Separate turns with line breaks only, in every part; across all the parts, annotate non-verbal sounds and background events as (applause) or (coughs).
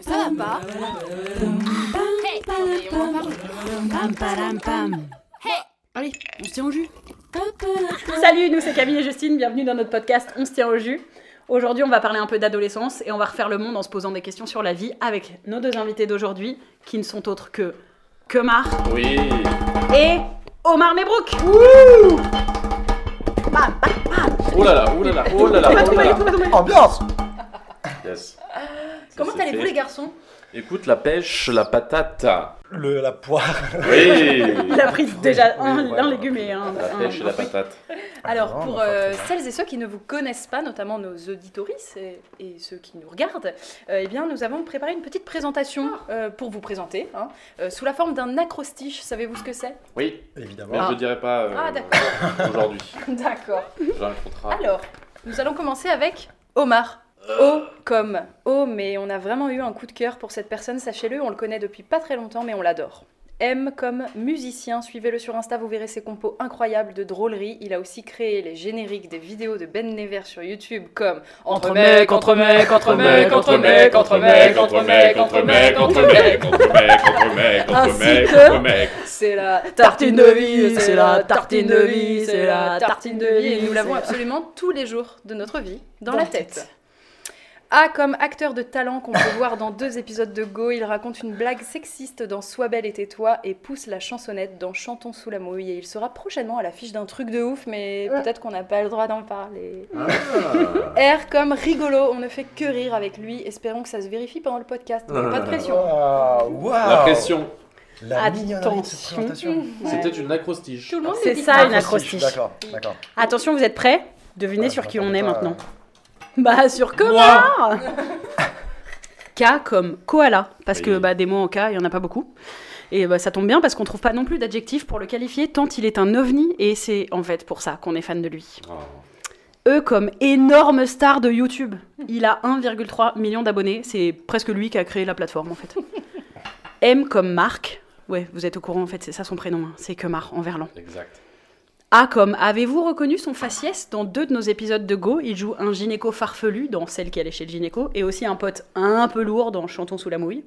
Ça va pas Hey
Allez, on se tient au jus.
Salut, nous c'est Camille et Justine, bienvenue dans notre podcast On se tient au jus. Aujourd'hui, on va parler un peu d'adolescence et on va refaire le monde en se posant des questions sur la vie avec nos deux invités d'aujourd'hui qui ne sont autres que Kemar
Oui.
et Omar Mebrook.
Oh là là, oh là là, oh là là.
Tout va, tout va,
oh là là.
tout va, tout va.
Ambiance
(laughs) Yes.
Comment
Ça,
allez-vous
c'est
les garçons
fait. Écoute, la pêche, la patate.
Le, La poire.
Oui. (laughs)
Il a pris déjà
Ah, Oui,
un,
ouais,
un
ouais.
légume et un.
La
un-
pêche et
un
la
fruit.
patate.
Alors
Non,
pour
pas très
euh,
bien.
celles et ceux qui ne vous connaissent pas, notamment nos auditories et, et ceux qui nous regardent, euh, eh bien nous avons préparé une petite présentation euh, pour vous présenter, hein, euh, sous la forme d'un acrostiche. Savez-vous ce que c'est
Oui, mais
Évidemment.
Ah.
je ne dirais pas euh,
Ah, d'accord.
aujourd'hui.
(laughs) D'accord.
J'ai un contrat.
Alors, nous allons commencer avec Omar. O comme O, mais on a vraiment eu un coup de cœur pour cette personne, sachez-le, on le connaît depuis pas très longtemps, mais on l'adore. M comme musicien, suivez-le sur Insta, vous verrez ses compos incroyables de drôlerie. Il a aussi créé les génériques des vidéos de Ben Never sur YouTube comme Entre mecs, entre mecs, entre mecs, entre mecs, entre mecs, entre mecs, entre mecs, entre mecs,
contre mec, contre mec,
Ainsi
contre mec,
que-
contre mec.
c'est la
Tartine de vie, c'est la tartine de vie, c'est la tartine de vie.
Et nous l'avons
c'est-
absolument tous les jours de notre vie dans,
Dans
la
la
tête.
tête.
A comme acteur de talent qu'on peut voir dans deux épisodes de Go, il raconte une blague sexiste dans Sois belle et tais-toi et pousse la chansonnette dans Chantons sous la mouille. Et il sera prochainement à l'affiche d'un truc de ouf, mais peut-être qu'on n'a pas le droit d'en parler. R comme rigolo, on ne fait que rire avec lui. Espérons que ça se vérifie pendant le podcast. Mais pas de pression.
Waouh, waouh.
La pression,
La mignonnerie de cette
Attention.
présentation. Ah,
c'est peut-être une acrostiche.
Tout le monde
C'est
est
ça,
bizarre.
une acrostiche.
D'accord, d'accord.
Attention, vous êtes prêts Devinez
Ouais,
sur
je
qui on
m'attendais
est
pas à-
maintenant. (laughs) Bah sur Komar K comme koala, parce que
Oui.
bah, des mots en K, il n'y en a pas beaucoup. Et bah, ça tombe bien parce qu'on trouve pas non plus d'adjectif pour le qualifier tant il est un ovni et c'est en fait pour ça qu'on est fan de lui.
Oh.
E comme énorme star de YouTube. Il a 1,3 million d'abonnés, c'est presque lui qui a créé la plateforme en fait. M comme Marc. Ouais, vous êtes au courant en fait, c'est ça son prénom, hein. c'est Kemar en verlan.
Exact.
Ah comme avez-vous reconnu son faciès dans deux de nos épisodes de Go Il joue un gynéco farfelu dans celle qui allait chez le gynéco et aussi un pote un peu lourd dans Chantons sous la mouille.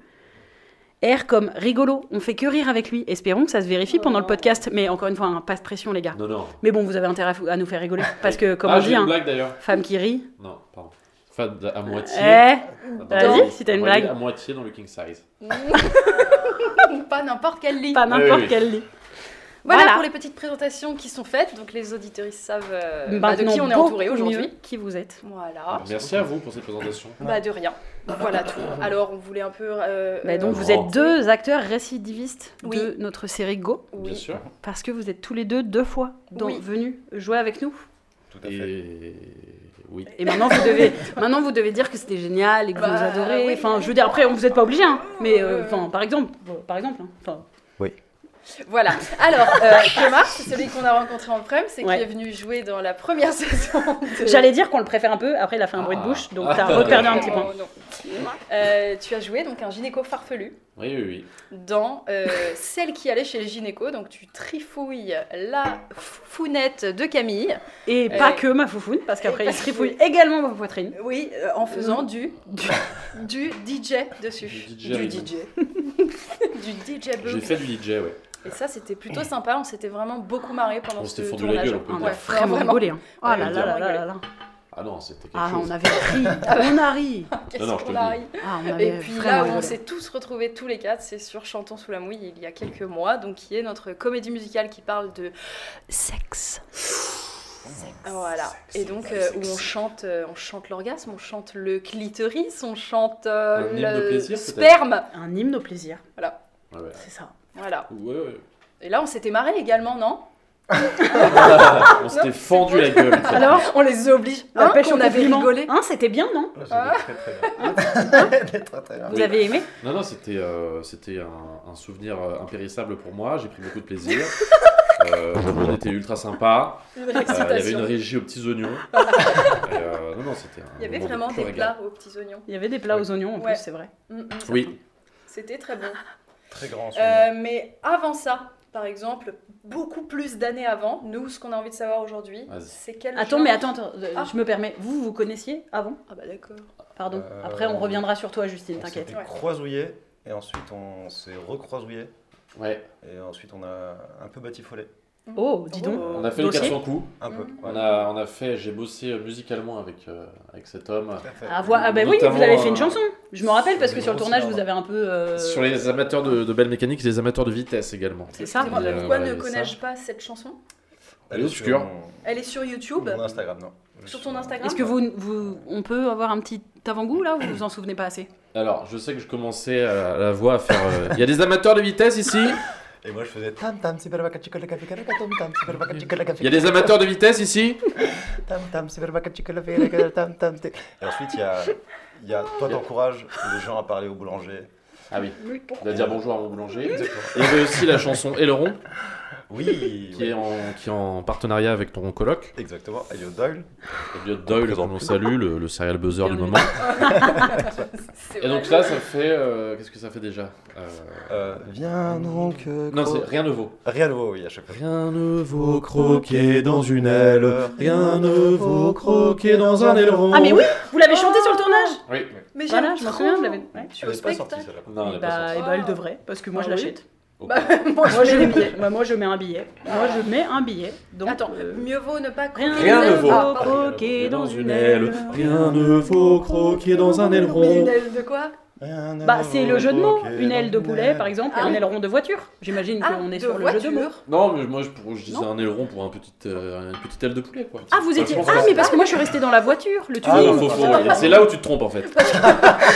R comme rigolo, on fait que rire avec lui. Espérons que ça se vérifie pendant
Oh.
le podcast, mais encore une fois, hein, pas de pression les gars.
Non, non.
Mais bon, vous avez intérêt à nous faire rigoler parce que comme
ah,
on
j'ai
dit,
une
hein,
blague d'ailleurs.
femme qui rit.
Non, pardon. Fan de- à moitié.
Eh,
Dans-
vas-y, si t'as une
à moitié-
blague.
À moitié dans le king size.
Mmh. (laughs) Pas n'importe quel lit.
pas
Ah oui,
n'importe
oui.
quel lit.
Voilà,
Voilà.
pour les petites présentations qui sont faites. Donc les auditeurs ils savent euh, bah, de
Maintenant,
qui on est
beaucoup
entouré aujourd'hui.
mieux Qui vous êtes
Voilà.
Ah, Merci Ah. à vous pour cette présentation.
Bah de rien. Voilà tout. Alors on voulait un peu. euh,
Bah,
euh,
Donc vous
Oh.
êtes deux acteurs récidivistes
Oui.
de notre série Go.
oui.
Bien sûr.
Parce que vous êtes tous les deux deux fois dans-
Oui.
venus jouer avec nous.
Tout à fait.
Et oui.
Et maintenant vous devez, (laughs) maintenant vous devez dire que c'était génial et que vous nous
Bah,
adorez.
oui.
Enfin, je veux dire, après, on vous êtes pas obligés, hein. Mais euh, enfin, par exemple, par exemple. hein. Enfin,
Voilà. Alors euh, Thomas, c'est celui qu'on a rencontré en prem, c'est
Ouais.
qui est venu jouer dans la première (laughs) saison. de-
J'allais dire qu'on le préfère un peu. Après, il a fait un bruit
Ah.
de bouche, donc t'as reperdu un petit
Non,
point.
non. Euh, tu as joué donc un gynéco farfelu
Oui, oui, oui.
dans euh, celle qui allait chez les gynécos. Donc tu trifouilles la founette de Camille.
Et
Euh,
pas que ma foufoune, parce qu'après, il se trifouille également ma poitrine.
Oui, euh, en faisant du, (laughs) du DJ dessus.
Du DJ.
Du DJ. (laughs) du DJ
J'ai
booth.
fait du DJ, ouais.
Et ça, c'était plutôt sympa. On s'était vraiment beaucoup marré pendant
On
ce
s'était fondu la
tournage.
gueule, on peut
Ah, On
Ouais,
a vraiment rigolé. hein. Oh là là là là là là.
Ah non, c'était quelque
Ah,
chose.
on avait ri. On a ri.
Qu'est-ce
Non, non, je
qu'on
te le
a ri.
Ah, on avait
Et puis là où
vraiment
on
rigolé.
s'est tous retrouvés tous les quatre, c'est sur Chantons sous la mouille il y a quelques mois, donc qui est notre comédie musicale qui parle de sexe. Voilà. Et donc euh, où on chante, euh, on chante l'orgasme, on chante le clitoris, on chante euh,
Un hymne de
le
plaisir, peut-être
sperme.
Un hymne au plaisir.
Ouais, ouais.
C'est ça.
Voilà.
Ouais, (laughs) ouais.
Et là on s'était marré également, non
On s'était fendu la gueule. une fois de
Alors,
plus.
On les oblige. La
hein,
pêche,
ton
on avait
compliment.
rigolé.
Hein, c'était bien, non
Là, j'ai des très,
Hein
(laughs) très bien. Des très, très bien.
Vous
Ah Oui.
avez aimé
Non, non, c'était euh, c'était un, un souvenir euh, impérissable pour moi. J'ai pris beaucoup de plaisir. Euh, tout le monde était ultra sympa.
Ah,
Une
Euh, Il y avait
excitation.
une régie aux petits oignons. Et, euh, non, non, c'était un
Il y avait
moment de
vraiment
pur
des
régal.
plats aux petits oignons.
Il y avait des plats aux oignons en
Ouais.
plus, c'est vrai.
Mm, mm, ça-
Oui,
C'était très bon.
Très grand. souvenir.
Euh, mais avant ça, par exemple, beaucoup plus d'années avant, nous, ce qu'on a envie de savoir aujourd'hui,
Vas-y.
c'est quel
Attends,
genre-
mais attends, attends, euh,
Ah.
je me permets. Vous, vous connaissiez avant
Ah bah d'accord.
Pardon.
Euh,
Après, on reviendra sur toi, Justine,
on
t'inquiète.
s'était
Ouais.
croisouillés et ensuite on s'est recroisouillés
ouais.
et ensuite on a un peu batifolé.
Oh, dis donc.
On a fait les
Dossier
400 coups.
Un
Mhm.
peu.
On
ouais.
a, on a fait, j'ai bossé euh, musicalement avec, euh, avec cet homme.
Tout à fait.
Ah, voi- ah bah oui,
Notamment,
vous avez fait une
euh,
chanson. Je me rappelle parce
sur
que
les
sur le
grosses
tournage,
normes.
vous avez un peu. euh,
hein. Sur les amateurs de, de belle mécanique, les amateurs de vitesse également.
C'est ça.
Excusez-moi,
Et, euh,
pourquoi
voilà,
ne
et ça.
connais-je pas cette chanson
Elle est obscure.
Elle est sur YouTube.
Mon Instagram, non.
Sur ton Instagram
Est-ce que vous, vous, on peut avoir un petit avant-goût là ou vous vous en souvenez pas assez
Alors, je sais que je commençais à la voix à faire. euh, Il y a des amateurs de vitesse ici
Et moi je faisais
Ah.
tam tam
Il y a des amateurs de vitesse ici
Tam tam tam tam Et ensuite il y a il y a toi t'encourages les gens à parler au (laughs) boulanger.
Ah oui, on va dire bonjour à mon boulanger. Et
Exactement.
il y avait aussi la chanson Aileron,
Oui.
qui
oui.
est en, qui est en partenariat avec ton coloc,
Exactement. Elliot Doyle.
Elliot Doyle, qu'on salue, le, le serial buzzer du
Bienvenue.
moment.
C'est vrai.
Et donc là, ça fait. euh, Qu'est-ce que ça fait déjà Euh,
Euh, viens donc. euh,
Non,
cro-
c'est rien ne vaut.
Rien de nouveau, oui, à chaque fois.
Rien ne vaut
croquer dans une aile. Rien ne vaut croquer dans un aileron.
Ah mais oui, vous l'avez chanté sur le tournage.
Oui.
Mais Oh, j'aime
Voilà, je me
trop.
souviens, je l'avais. ouais.
Je suis
Elle
au
est pas sortie
spectacle.
celle-là.
Non, on
Et
l'a pas
bah,
sorti.
et bah, elle devrait parce que moi
Ah
je
oui.
l'achète.
(laughs) Moi,
Moi je,
l'ai
mets un
mis.
billet. Moi, moi, je mets un billet. Moi je mets un billet. Donc
Attends,
euh,
mieux vaut ne pas
rien,
croquer les
ne
ailes.
vaut
Ah, pardon.
croquer dans une aile.
Rien ne vaut croquer dans un
Mais
aileron.
une aile de quoi
Rien ne
Bah c'est le
vaut
jeu de mots.
croquer
Une aile de
dans une
poulet
aile.
par exemple et un
Ah.
aileron de voiture. J'imagine
Ah,
qu'on est
de
sur le jeu de mots.
voiture.
Non, mais moi je, je disais
Non.
un aileron pour un petit, euh, une petite aile de poulet quoi.
Ah vous
Enfin,
étiez
je pense
ah
que
mais bah, parce que moi je suis restée dans la voiture le
Ah non,
tunnel.
faut- faut- c'est là où tu te trompes en fait.
(laughs)
(laughs)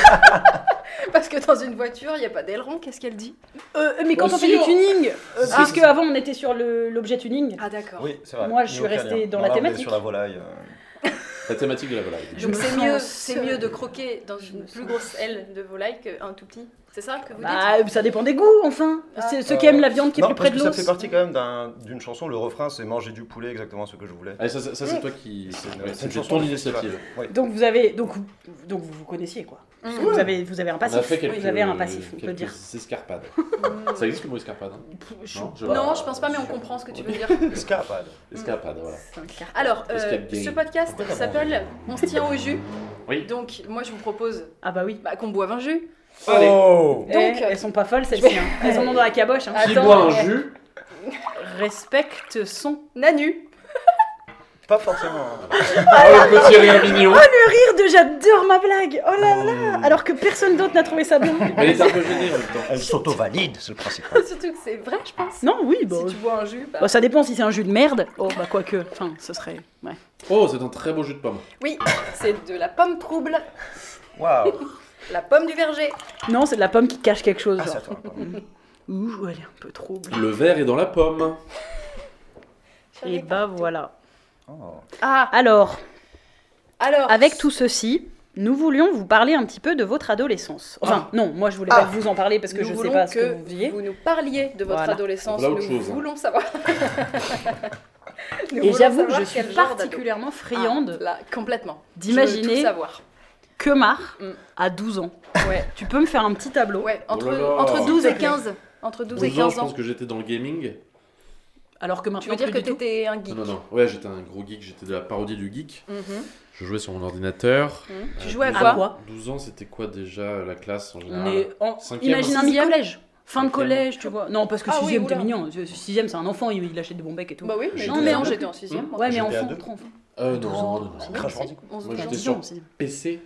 Parce que dans une voiture, il n'y a pas d'aileron, qu'est-ce qu'elle dit
Euh, mais quand on fait du tuning, euh, puisque avant on était sur le- l'objet tuning,
Ah d'accord.
Oui, c'est vrai.
Moi, je suis
Néo-carien.
restée dans
Non,
la
là, on est
thématique.
Sur la volaille. euh,
La thématique de la volaille.
Je me
Donc c'est
sens
mieux,
seule.
c'est mieux de croquer dans
me
une
sens
plus grosse aile de volaille qu'un tout petit. C'est ça que vous dites Ah.
bah, ça dépend des goûts enfin. C'est ceux qui aiment la viande qui est
non,
plus
parce
près de
que
l'os.
Ça fait partie quand même d'un- d'une chanson. Le refrain, c'est manger du poulet, exactement ce que je voulais.
Allez, ça, ça-
Mm.
ça, c'est toi qui. C'est ouais,
une- c'est une
c'était
chanson
ton
de
initiative.
Ouais.
Donc vous avez donc vous- donc vous vous connaissiez quoi.
Mm.
Vous avez vous avez un
On a
passif.
fait quelques.
Vous avez un passif, on peut
quelques
dire. Mm.
escarpades. Ça existe le mot escarpade hein Non, je-
Non, je pense pas, mais on comprend ce que tu veux dire.
Escapade.
Mm.
Escarpade, voilà.
Alors, euh,
Escape game.
ce podcast
Pourquoi t'as
s'appelle On se tient au jus.
Oui.
Donc, moi, je vous propose
Ah bah oui.
bah, qu'on boive un jus.
Oh
Donc
Donc,
elles sont pas folles celles-ci. hein. Elles en ont dans la caboche. hein.
Qui
Attends,
boit un
mais-
jus
Respecte son
Nanu,
Pas forcément. hein.
Oh
Ah,
le petit rien mignon
rire de j'adore ma blague. Oh là là. Alors que personne d'autre n'a trouvé ça bien.
(laughs) Mais il est un peu gêné en même temps.
Elle s'auto-valide, c'est le principe.
(laughs) surtout que c'est vrai, je pense.
Non oui bon.
Si tu bois un jus, bah...
Bon, ça dépend si c'est un jus de merde. Oh bah quoique, enfin ce serait. Ouais.
Oh, c'est un très beau jus de pomme.
Oui, c'est de la pomme trouble,
Waouh
la pomme du verger.
Non c'est de la pomme qui cache quelque chose.
Ah, c'est à
genre.
toi. pardon.
Ouh elle est un peu trop. blanche.
Le verre est dans la pomme.
Et bah voilà.
Oh.
Ah,
Alors
alors...
Avec tout ceci, nous voulions vous parler un petit peu de votre adolescence. Enfin, non, moi je voulais
Ah.
pas vous en parler parce que
nous
je sais
voulons
pas ce que,
que
vous viviez.
nous parliez de votre
Voilà.
adolescence.
Voilà
Nous
autre chose, hein.
voulons savoir.
(laughs)
Nous
Et
voulons
j'avoue que
savoir
je suis
quel genre d'ado.
particulièrement
Ah,
friande
là, complètement. Je veux tout
d'imaginer
savoir.
que Mar
Mm.
à 12 ans.
Ouais,
Tu peux me faire un petit tableau
ouais. Entre,
Oh là là.
entre 12 et
S'il te plaît.
15. Entre 12 et
12 ans, je
15
pense
ans.
que j'étais dans le gaming. Ah,
alors que maintenant
Tu veux dire que
plus du tout.
t'étais un geek
Non, non, non. Ouais, j'étais un gros geek, j'étais de la parodie du geek.
Mhm.
Ah,
Je jouais sur mon ordinateur.
Mhm. Tu
Euh,
jouais à
12
quoi
ans-
Bah
12 ans, c'était quoi déjà euh, la classe en
On
général
est en...
Cinquième.
Imagine un mi-collège. Fin de
Cinquième.
collège, tu vois. Non, parce que
Ah oui,
6ème, t'es
oula.
mignon. 6ème, c'est un enfant, il, il achète des bonbecs et tout.
Bah oui, mais
J'étais
non, mais
en-
non, j'étais en 6ème.
ouais, mais
J'étais à
enfant,
deux.
trop enfant.
Oh,
Euh, non, non, non, non.
Crash Bandicoot.
Moi, j'étais
10
sur
ans, c'est-
PC.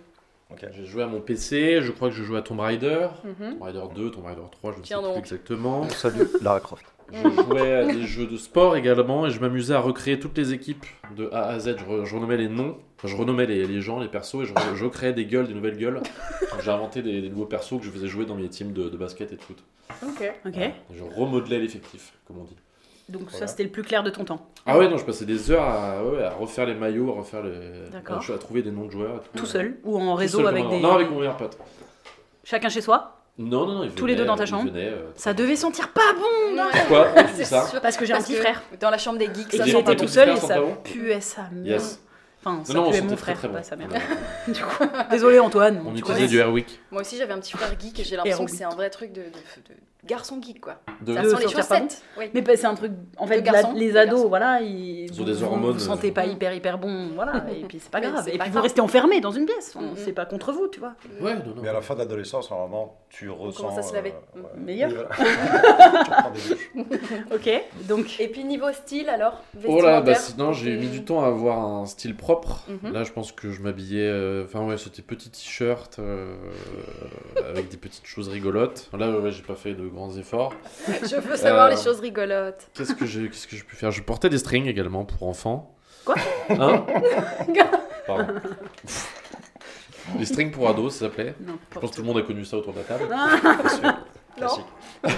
Ok.
J'ai joué à mon PC, je crois que je jouais à Tomb Raider. Tomb Raider 2, Tomb Raider 3, je ne sais
Mhm. Tiens
plus
donc.
exactement.
(laughs) Salut, Lara Croft.
Je jouais à des jeux de sport également et je m'amusais à recréer toutes les équipes de A à Z. Je, re- je renommais les noms, enfin, je renommais les, les gens, les persos et je, re- je recréais des gueules, des nouvelles gueules. Donc, J'ai inventé des, des nouveaux persos que je faisais jouer dans mes teams de, de basket et de foot.
Ok.
Ok.
Je remodelais l'effectif, comme on dit.
Donc ça,
Voilà.
c'était le plus clair de ton temps.
Ah ouais, non, je passais des heures à, ouais, à refaire les maillots, à refaire les.
D'accord.
à trouver des noms de joueurs et tout.
Tout seul ou en
Tout
réseau
seul
avec
comme un-
des.
Non, avec mon meilleur pote.
Chacun chez soi
Non, non, non, il
Tous les
venait,
deux dans ta
il
chambre
venait, euh,
Ça devait sentir pas bon
Non,
Pourquoi Tu dis ça
sûr.
Parce que j'ai un
Parce
petit
que
frère.
Dans la chambre des geeks,
Et
ça
j'ai
sent
qu'il
ton
était
pas
tout
bon.
petit
seul
frère
et
sent
ça
pas bon
puait sa mère.
Yes.
Enfin, ça
Non, non, on
puait
sentait
mon
très
frère, Bah,
très bon.
pas sa mère.
On-
Du coup, désolé Antoine.
On
tu
utilisait du Airwick.
Moi aussi, j'avais un petit frère geek et j'ai l'impression que
Airwick.
c'est un vrai truc de, de- de garçon geek, quoi.
De...
Ça
Euh,
sent les
sentir pas bon.
chaussettes. Oui.
Mais bah, c'est un truc. En fait,
De garçon,
la- les
de
ados,
garçon.
voilà, ils,
Ils ont des
vous-
hormones,
Vous sentez pas
euh.
hyper hyper bon, voilà. Et puis c'est pas
Mais
grave.
c'est
Et
pas
puis vous
grave.
restez enfermés dans une pièce. Enfin,
Mhm.
C'est pas contre vous, tu vois.
Ouais, non, non.
Mais à la fin de l'adolescence, normalement, tu ressens.
commence à se laver. Mm.
euh, ouais.
Meilleur.
(laughs) Oui, voilà. tu prends des douches.
Ok. Donc.
Et puis niveau style, alors
Oh là, là, bah
vestimentaire
sinon j'ai
(laughs)
mis du temps à avoir un style propre.
Mhm.
Là, je pense que je m'habillais. euh, Enfin, ouais, c'était petit t-shirt euh, avec des petites choses rigolotes. Là, ouais, j'ai pas fait de grands efforts.
Je veux savoir
Euh,
les choses rigolotes.
Qu'est-ce que j'ai qu'est-ce que j'ai pu faire Je portais des strings également pour enfants.
Quoi
Hein Pardon. Les strings pour ados, ça s'appelait.
Non,
Je pense que tout le monde a connu ça autour de la table.
Ah,
Classique.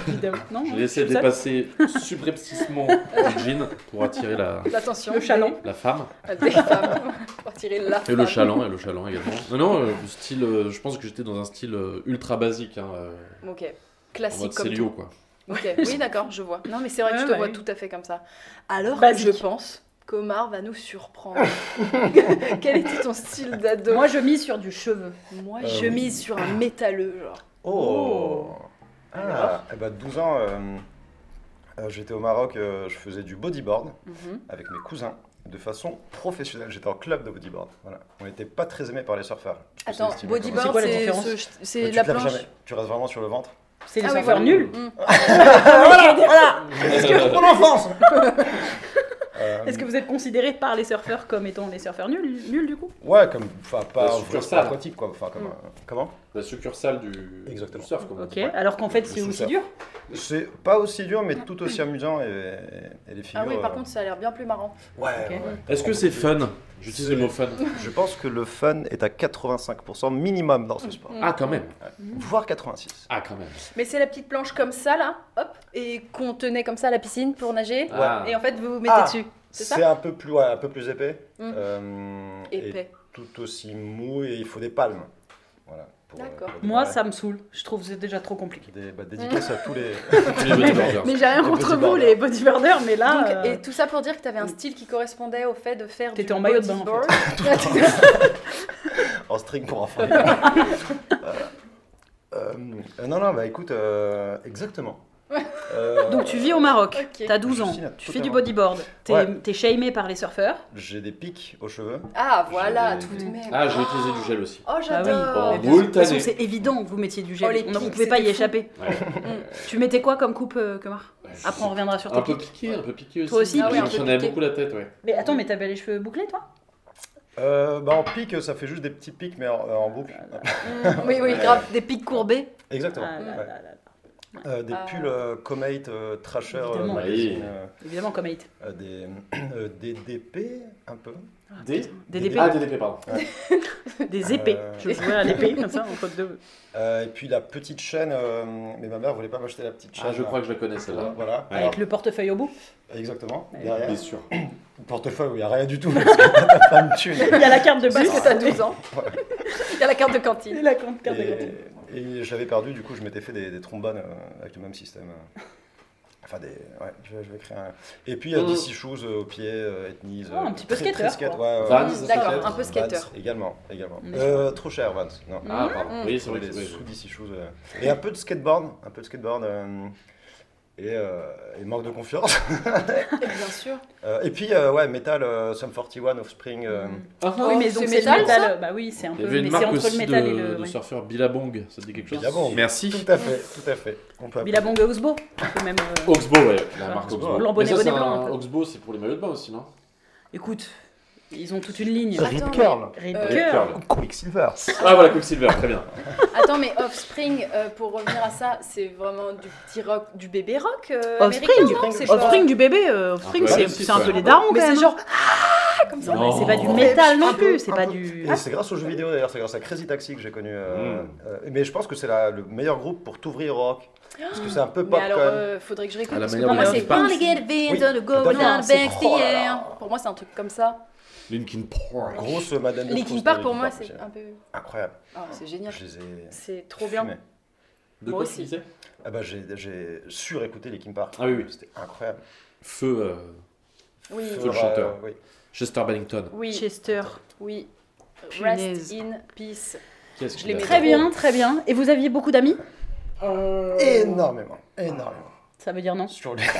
évidemment. Non,
J'ai
hein,
laissé
je suis
dépasser subrepticement le jean pour attirer la,
L'attention. euh,
Le chaland.
la femme.
Des
(laughs)
femmes. Pour tirer la
Et le
femme.
chaland, et le chaland également. Non, non, euh, le style, euh, je pense que j'étais dans un style euh, ultra basique. Hein, euh,
Ok.
en mode
Classique comme
Célio,
tout.
quoi.
Ok. Oui, d'accord, je vois. Non, mais c'est vrai que
Ouais,
je te
ouais.
vois tout à fait comme ça. Alors que
Basique.
je pense qu'Omar va nous
(laughs)
surprendre. Quel était ton style d'ado
seule. Moi, je mise sur du cheveu.
Moi,
Euh,
je mise sur un métalleux, genre.
Oh Ah, eh ben, 12 ans, euh, euh, j'étais au Maroc, euh, je faisais du bodyboard
Mhm.
avec mes cousins de façon professionnelle. J'étais en club de bodyboard. Voilà. On n'était pas très aimés par les surfeurs. Je sais pas
Attends,
si tu m'as compris.
C'est
bodyboard,
quoi la
c'est
différence
ce- c'est
Mais tu
la
te lèves
planche.
jamais. Tu restes vraiment sur le ventre.
C'est les
Ah oui,
enfants
voilà.
nuls. Ah,
Mm.
Est-ce que pour l'enfance Euh,
Est-ce que vous êtes considéré par les surfeurs comme étant les surfeurs nuls, nuls du coup
Ouais, comme. Enfin, pas
La
un vrai
succursale.
sport aquatique, quoi. Enfin,
Mm.
comme. un- Comment
(laughs) La succursale du,
Exactement.
du surf, comme on
Ok.
dit. Ouais.
Alors qu'en fait, c'est aussi
sous-surf.
dur.
C'est pas aussi dur, mais tout aussi amusant et, et les figures.
Ah oui, par
euh,
contre, ça a l'air bien plus marrant.
Ouais,
Ok.
ouais.
Est-ce que c'est fun J'utilise le mot fun.
Je pense que le fun est à 85% minimum dans ce
Mm.
sport.
Ah, quand même.
Voire 86.
Ah, quand même.
Mais c'est la petite planche comme ça, là, hop, et qu'on tenait comme ça à la piscine pour nager.
Ah.
Et en fait, vous vous mettez
Ah.
dessus. C'est ça
C'est un peu plus, ouais, un peu plus épais.
Mm.
euh, et
Épais.
tout aussi mou et il faut des palmes. Voilà. pour, euh,
D'accord.
pour
Moi,
démarrer.
ça me saoule. Je trouve que c'est déjà trop compliqué.
Des, bah, dédicace à
(laughs)
tous les. (laughs)
Tous les bodyboarders.
Mais j'ai rien
Les
contre vous,
bodyboarders.
les bodyboarders, mais là.
Donc,
euh,
et tout ça pour dire que t'avais un style qui correspondait au fait de faire
T'étais
du
en maillot de bain, en fait.
bodyboard.
en string pour enfants. Voilà. Euh, euh, non, non, bah écoute, euh, exactement. Euh,
Donc tu vis au Maroc,
Ok.
t'as 12 ans,
Justine a
tu fais du
totalement-
bodyboard, t'es
Ouais.
t'es shamé par les surfeurs.
(laughs) J'ai des pics aux cheveux.
(laughs) Ah, voilà,
J'ai-
tout de même.
Ah, j'ai utilisé du gel aussi.
Oh,
Oh,
j'adore.
Ah mais bien sûr.
boule
de toute façon
tannée.
c'est évident que vous mettiez du
Oh,
gel,
les
on ne
pics,
pouvait pas y
c'était fou.
échapper.
Ouais.
Tu mettais quoi comme coupe, euh, Kemar
je
Après on reviendra sur
Un
tes
peu
pics.
piqué, un peu piqué aussi.
Toi aussi,
Ah ouais, un peu
J'en avais
piqué.
beaucoup la tête, ouais.
Mais attends, mais t'avais les cheveux bouclés toi
Euh, bah en pic, ça fait juste des petits pics, mais en, en boucle.
(laughs) Mm, oui, oui, grave, des pics courbés.
Exactement.
Ah là
ouais.
là là là.
Euh, des
Ah.
pulls euh, Comate, euh, Trasher, euh,
Évidemment.
magazine,
Oui.
euh,
Évidemment comme Aït.
euh, des, (coughs) euh, des DP un peu.
Des
Des Ah,
épées.
des épées, pardon.
Des épées.
Euh.
Je jouais à l'épée comme ça entre deux.
Euh, et puis la petite chaîne, euh, mais ma mère voulait pas m'acheter la petite chaîne.
Ah, je crois que je la connais
Voilà.
celle-là.
voilà.
Avec le portefeuille au bout.
Exactement.
Ouais.
Derrière.
Bien sûr.
Le portefeuille où il n'y a rien du tout parce que (laughs) t'as plein de thunes.
Il y a la carte de
Parce
bus.
que t'as 12 ans.
Ouais.
Il y a la carte de
Et
cantine.
la carte carte de cantine.
Et, et j'avais perdu, du coup, je m'étais fait des, des trombones euh, avec le même système. euh. Enfin, des. Ouais, je, vais- je vais créer un. Et puis, euh,
Mm.
DC Shoes euh, au pied, euh, Ethnies.
Oh, un petit peu
très, très
skater,
skate,
quoi.
ouais, ouais.
Vans,
Mm, D'accord,
skater.
un peu skater.
Vans, également, également.
Mm.
Euh, trop cher, Vans. Non.
Ah, pardon. Oui, c'est
Sur
vrai
les
que c'est
sous DC Shoes. euh. Et un peu de skateboard. Un peu de skateboard. euh, et, euh, et manque de confiance. (laughs)
Et bien sûr.
Euh, et puis, euh, ouais, Metal, euh, Sum 41, Offspring. euh,
Mm.
Ah oui, mais
Oh, c'est
donc c'est le
métal, ça
métal. Bah oui, c'est un
Il y
peu.
avait
Mais
une
c'est
marque
entre le
aussi
métal et
de,
le.
de
ouais.
surfeur Billabong, ça te dit quelque chose
Billabong.
Merci.
Tout à fait, tout à fait. On peut appeler.
Billabong et Oxbow. le même, euh,
Oxbow, ouais, la
Voilà.
marque
Blanc,
bonnet,
Oxbow. Mais ça,
bonnet
c'est
blanc,
un-
un peu.
Oxbow, c'est pour les maillots de bain aussi, non
Écoute, ils ont toute une ligne.
Rip Attends, Curl.
Rip
Euh,
Rip
Curl.
Curl.
Quicksilver.
Ah voilà, Quicksilver, très bien.
Attends, mais Offspring, euh, pour revenir à ça, c'est vraiment du petit rock, du bébé rock euh,
Offspring.
américain, non C'est pas-
Offspring du bébé, euh, Offspring,
Ouais,
c'est
si,
c'est un
ouais.
peu les darons
Mais
quand
c'est
même. hein.
genre. Ah Comme ça.
Non, mais c'est pas du
Non.
métal
Un
non
peu,
plus, c'est
un
pas
peu.
du.
Ah,
Et c'est grâce aux jeux vidéo d'ailleurs, c'est grâce à Crazy Taxi que j'ai connu. euh,
Mm.
euh, mais je pense que c'est la- le meilleur groupe pour t'ouvrir au rock. Parce que c'est un peu
Mais
pop
alors,
quand même.
euh, faudrait que je
À
réécoute.
la
Parce que
manière
pour
de
moi,
Linkin
c'est
Park.
Can't get
Oui,
the go
d'accord.
down
C'est-
back to
oh là
the
là.
air. Pour moi, c'est un truc comme ça.
Linkin Park.
Grosse Madame de
Linkin
Proust,
Park,
hein,
pour moi,
Park,
c'est un peu.
incroyable.
Ah, c'est génial.
Je les ai
C'est trop bien.
fumés.
De
Moi
quoi
aussi.
tu disais
Ah bah j'ai, j'ai surécouté les Kim Park.
Ah oui, oui.
C'était incroyable.
Feu. euh,
Oui,
Faut
Sur, euh,
le chanteur.
oui.
Chester Bennington.
oui,
Chester.
oui.
Punaise.
Rest in (laughs) peace.
Qu'est-ce
Je
qu'il
l'ai
a
très
Très
fait
bien, très bien. Et vous aviez beaucoup d'amis
Énormément, énormément.
Ça veut dire non.
Sur les. (laughs)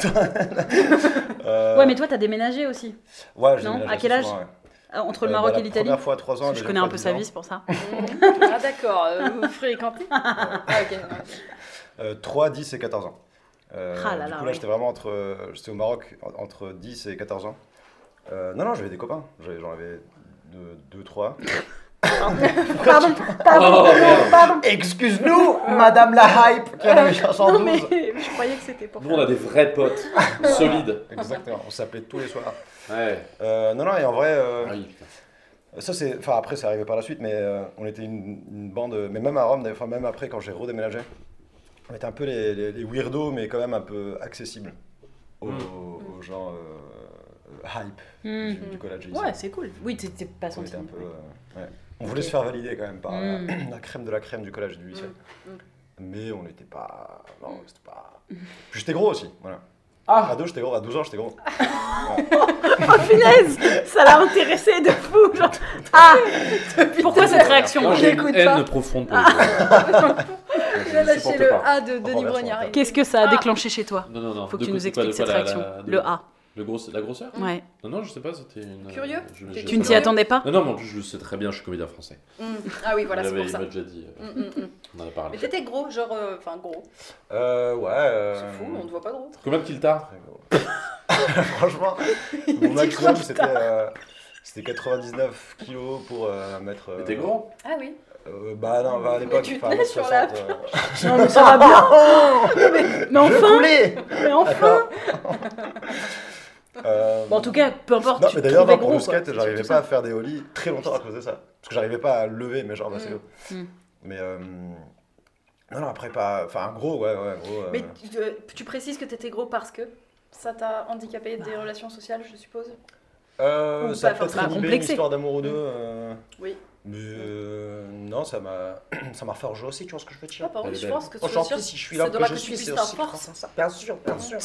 Euh,
Ouais, mais toi, t'as déménagé aussi,
ouais, j'ai
non,
déménagé
à quel
assez
âge
souvent, ouais.
euh, entre
Euh,
le Maroc
bah,
et l'Italie.
La première fois à 3 ans.
Parce que je
j'ai
connais
fait
un peu
dix
sa
ans.
vie, c'est pour (laughs) ça.
ah, d'accord. euh, vous fréquentez Ah, ok.
Euh, 3, 10 et 14 ans. Euh,
Ah là
du
là,
coup, là,
ouais.
j'étais vraiment entre. euh, J'étais au Maroc en- entre 10 et 14 ans. Euh, non, non, j'avais des copains. J'avais- J'en avais
(laughs)
2, 3.
Pardon,
Oh, merde.
Excuse-nous, Madame la Hype, qui avait
Ah, non
512.
mais je croyais que c'était pour.
Nous, on a des vrais
(laughs)
potes. solides.
Exactement, on s'appelait tous les soirs.
Ouais.
Euh, non, non, et en vrai, euh,
Ah oui, putain.
ça c'est. Enfin, après, c'est arrivé par la suite, mais euh, on était une, une bande. Mais même à Rome, d'ailleurs, enfin, même après, quand j'ai redéménagé, on était un peu les, les- les weirdos, mais quand même un peu accessibles aux, aux gens euh, euh, hype du,
Mm-hmm.
du collège. lycée.
Hmm. Ouais, c'est cool. Oui, t'étais pas
on était
senti.
un peu. euh, ouais. On voulait se faire valider quand même par la-
Mm.
(clears throat) la crème de la crème du collège et du lycée. Mais on n'était pas. Non,
Mm.
c'était pas. Puis j'étais gros aussi, voilà.
Ah.
À deux, j'étais gros, à 12 ans, j'étais
(laughs)
gros.
(laughs) Oh punaise Ça l'a intéressé de fou. Genre... Ah Pourquoi cette réaction
Non, j'ai une
l'écoute
haine
pas.
profonde
Ah.
pour les gens.
(laughs)
bah,
Ouais,
J'ai
je ne
lâché
supporte
le
pas.
A de Denis
Renverse,
Brogniard.
renverse.
Qu'est-ce que ça a déclenché chez toi
Non, non, non.
Faut que
De
tu
quoi-
nous
de quoi,
expliques
de
cette
quoi, la-
réaction.
la- de-
Le A.
Le gros, la grosseur
Ouais.
Non, non, je sais pas, c'était une. euh,
Curieux
je-
T'es
je-
Tu ne t'y attendais Mm. pas
Non, non, mais en plus, je le sais très bien, je suis comédien français.
Mm. Ah oui, voilà,
Il
c'est pour
m'avait-
ça.
Il m'a déjà dit. euh,
Mm, mm, mm.
On en a
Mais
parlé.
t'étais gros, genre. euh, Enfin, gros.
Euh, ouais.
C'est
euh,
fou, on te voit pas gros.
Combien de kiltars
(laughs) Franchement,
(laughs)
mon maximum c'était euh, c'était 99 kilos pour euh, mettre. euh,
Mais t'es grand
Ah oui.
euh, Bah non, bah, à
Mais
l'époque.
tu te
enfin,
mets sur la
60, euh,
Non, mais ça va bien (laughs) mais, mais enfin
Coulé
Mais enfin
D'accord. Euh,
Bon, En tout cas, peu importe.
non,
tu
mais
te
d'ailleurs,
trouvais
moi, pour le
gros, quoi.
skate,
C'est
j'arrivais pas
surtout
à faire des ollies très longtemps à cause de ça. Parce que j'arrivais pas à lever mes jambes assez haut.
Mm.
Mais. euh, non, non, après, pas. Enfin, gros, ouais, ouais, gros. euh,
Mais tu, euh, tu précises que t'étais gros parce que ça t'a handicapé des relations sociales, je suppose
Euh,
Ou
ça a
pas
peut-être
forcément.
animé une
Complexé.
histoire d'amour ou deux. euh,
Oui.
Mais euh, non, ça m'a (clears throat) ça m'a forgé aussi, tu vois ce que je veux dire.
Ah, par contre, je
belle.
pense que
Aujourd'hui,
sur-
si je suis
ça
là
doit
que je
que tu
suis,
puisses
c'est
ta
aussi
force.
grâce à ça. Bien sûr,
Ah,
bien sûr.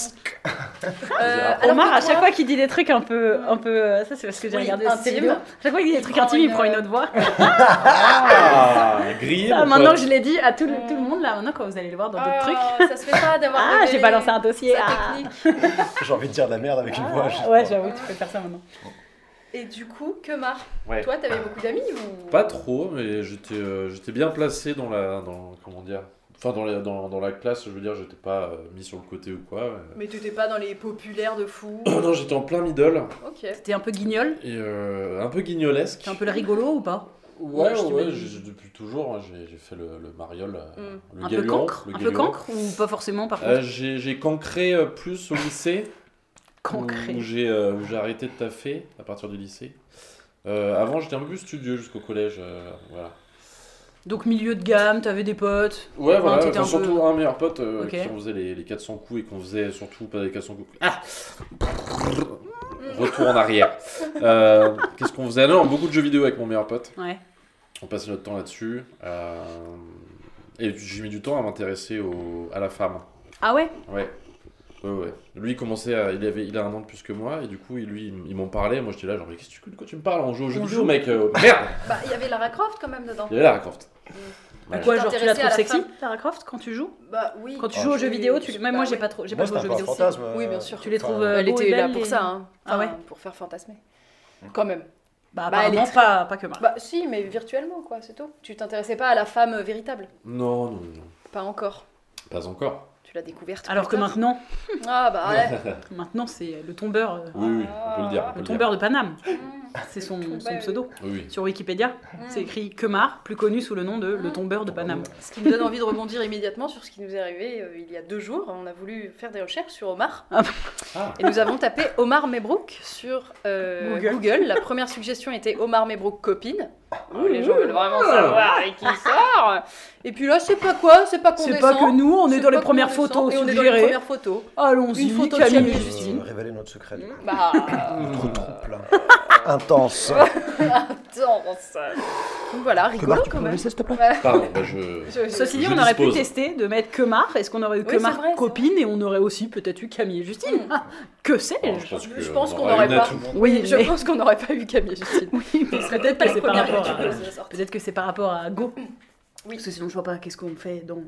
Ah,
Euh, alors
Omar,
que
à chaque
toi-
fois qu'il dit des trucs un peu. Un peu euh, ça, c'est parce que j'ai
Oui,
regardé
intime.
cette vidéo. À chaque fois qu'il dit des trucs
prend
intimes, il
une-
prend une autre (laughs) voix.
Ah Grillé
Ah,
mon
maintenant
pote.
que je l'ai dit à tout le, tout le monde, là, maintenant, quand vous allez le voir dans d'autres trucs.
Ah, Ça se fait pas d'avoir.
(laughs) Ah,
rêvé
j'ai balancé un dossier.
sa
ah.
technique.
J'ai envie de dire de la merde avec une voix. je sais
Ouais,
pas.
j'avoue, tu peux faire ça maintenant.
Et du coup, que marre
Ouais.
Toi, t'avais beaucoup d'amis ou
Pas trop, mais j'étais euh, j'étais bien placé dans la. Dans, comment dire Enfin, dans la, dans, dans la classe, je veux dire, j'étais pas euh, mis sur le côté ou quoi. euh.
Mais t'étais pas dans les populaires de fou.
(coughs) non, j'étais en plein middle
ok.
T'es un peu guignol
et euh, un peu guignolesque.
T'es un peu le rigolo ou pas
Ouais,
je
ouais,
t'imagine.
j'ai- j'ai- depuis toujours, hein, j'ai j'ai fait le, le mariole, euh,
Mm.
le
Un peu
galuron,
cancre
le
Un peu
galuron.
cancre ou pas forcément par
Euh,
contre
j'ai j'ai cancré euh, plus au lycée,
(laughs) Cancré.
où j'ai euh, où j'ai arrêté de taffer à partir du lycée. Euh, avant, j'étais un peu plus studieux jusqu'au collège, euh, voilà.
Donc milieu de gamme, t'avais des potes.
Ouais,
Enfin,
voilà,
t'étais
enfin,
un peu-
surtout un meilleur pote euh,
Ok.
qui on faisait les, les 400 coups et qu'on faisait surtout pas les 400 coups. Ah
Mm.
Retour en arrière. Euh, Qu'est-ce qu'on faisait Non, beaucoup de jeux vidéo avec mon meilleur pote.
Ouais.
On passait notre temps là-dessus. euh, Et j'ai mis du temps à m'intéresser au... à la femme.
Ah ouais
Ouais. Ouais, ouais. Lui, il commençait à... il, avait... il a un an de plus que moi, et du coup, il- lui, il m- ils m'en parlait. Moi, j'étais là, genre, mais qu'est-ce que tu... de quoi tu me parles On joue aux jeux vidéo, mec euh, Merde
Bah, il y avait Lara Croft quand même dedans.
Il y avait Lara Croft.
À
Ouais.
quoi genre tu
T'intéressais
la
à
trouves
la
sexy
femme.
Lara Croft quand tu joues
Bah oui.
Quand tu
Ah,
joues aux
je-
jeux vidéo, tu... même moi
bah
j'ai
oui.
pas trop j'ai
Moi,
pas joué
c'était
aux
un
jeux
peu un
vidéo.
fantasme.
Oui,
euh,
bien sûr.
Tu les
enfin,
trouves euh,
Elle
beaux
était
et
là
belles,
pour
les-
ça, hein.
Ah
Enfin,
ouais.
Pour faire fantasmer. Quand même.
Bah
Bah, elle
apparemment pas pas que moi.
Bah si, mais virtuellement, quoi, c'est tout. Tu t'intéressais pas à la femme euh, véritable.
Non, non, non.
Pas encore.
Pas encore.
Tu l'as découverte.
Alors que
plus tard.
maintenant,
Ah bah ouais.
maintenant c'est le tombeur euh,
Oui, oui, on peut le dire. on peut
le
le
tombeur de Paname,
Mmh.
c'est son,
Le
son
tombeur. Mm.
pseudo.
dire. Oui, oui.
Sur Wikipédia, (laughs) c'est écrit Kemar, plus connu sous le nom de
Ah.
le tombeur de Paname.
Ce qui me donne envie de rebondir immédiatement sur ce qui nous est arrivé euh, il y a deux jours. On a voulu faire des recherches sur Omar.
Ah.
Ah.
Et nous avons tapé Omar Mebrook sur euh,
Google.
Google. La première suggestion était Omar Mebrook copine. Oh, les
Ouh.
gens veulent vraiment
Ah.
savoir avec qui il sort. Et puis là, c'est pas quoi, c'est pas qu'on
C'est pas que nous, on est
C'est
dans les
pas
premières
qu'on descend,
photos
et on est dans les
suggérées.
premières photos.
Allons-y,
Une photo de
Camille
Camille
et
et
Justine.
Euh, révéler notre secret. du coup.
(laughs)
Bah,
Mm.
Trop trop plein. Intense.
attends, ça. Donc voilà, rigolo quand même.
s'il te plaît
Pardon, bah, je.
Je- je-
Ceci dit,
Je
on aurait pu
dispose.
tester de mettre que Mar. Est-ce qu'on aurait eu
Oui,
que
c'est
Mar
vrai, c'est
copine et on aurait aussi peut-être eu Camille et Justine (laughs) Que
Non, je
sais-je
pense, que
je pense
on
qu'on
aura
n'aurait
une à
pas.
tout le monde.
Oui,
je
mais-
pense qu'on n'aurait pas eu Camille et Justine.
(laughs) Oui, mais c'est peut-être que c'est par
Première
rapport à...
étude de sortie.
Peut-être que c'est par rapport à Go.
Oui.
Parce que sinon, je vois pas qu'est-ce qu'on fait dans...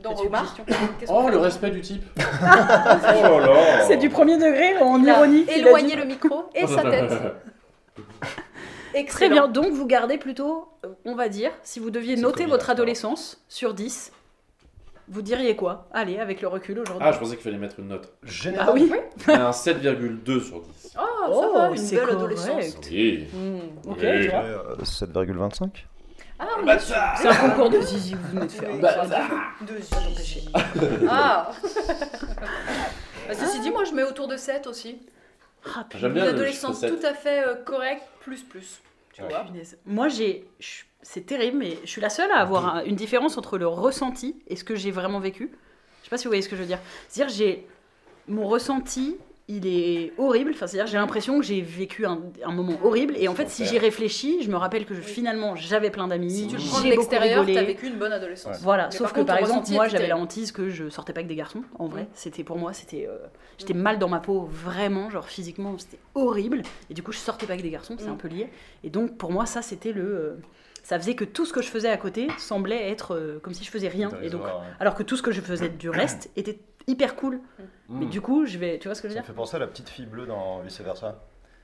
Dans
Cette
Omar. qu'est-ce qu'on
Oh,
fait
le respect du type
Oh là (laughs) là
C'est du premier degré, en
Il a
ironie. qu'il a
Éloigné
dit.
le micro et sa tête. Excellent.
Très bien, donc vous gardez plutôt, euh, on va dire, si vous deviez
C'est
noter
Covid,
votre
d'accord.
adolescence sur 10, vous diriez quoi Allez, avec le recul aujourd'hui.
Ah, je pensais qu'il fallait mettre une note.
Génial.
Ah oui, Ah,
On a un 7,2 sur 10.
Oh, ça va, une
c'est
belle
correct.
adolescence.
Oui.
Ok,
Oui.
tu vois.
Euh, 7,25
Hmm. Ah, on
Bah,
est sur-
Bâtard
C'est un concours de zizi que vous venez de faire.
de Zizi.
(laughs)
Ah Bah, Ceci dit, moi je mets autour de 7 aussi.
Ah, putain.
J'aime
Une
bien le chiffre
adolescence
sept.
tout à fait euh, correcte, plus plus. Tu
Ouais.
vois
Punaise. Moi, j'ai. je suis- C'est terrible, mais je suis la seule à avoir un- une différence entre le ressenti et ce que j'ai vraiment vécu. Je sais pas si vous voyez ce que je veux dire. C'est-à-dire, j'ai. Mon ressenti, il est horrible. Enfin, c'est-à-dire, j'ai l'impression que j'ai vécu un, un moment horrible. Et en fait, si
Enfer.
j'y réfléchis, je me rappelle que je- finalement, j'avais plein d'amis.
Si tu le
j'ai
prends de
beaucoup
l'extérieur,
rigolé.
t'as vécu une bonne adolescence.
Voilà,
Mais
sauf
par
que
contre,
par
ton
exemple,
ressenti
moi
était
j'avais la
terrible.
hantise que je sortais pas avec des garçons, en vrai.
Mm.
C'était pour moi, c'était, euh, j'étais mal dans ma peau, vraiment, genre physiquement, c'était horrible. Et du coup, je sortais pas avec des garçons, c'est
Mm.
un peu lié. Et donc, pour moi, ça, c'était le. euh, ça faisait que tout ce que je faisais à côté semblait être euh, comme si je faisais rien. Et donc,
Dérisoire, ouais.
alors que tout ce que je faisais du
(coughs)
reste était hyper cool. Mais
Mm.
du coup, je vais. Tu vois ce que je veux
Ça me
dire
fait penser à la petite fille bleue dans Vice Versa,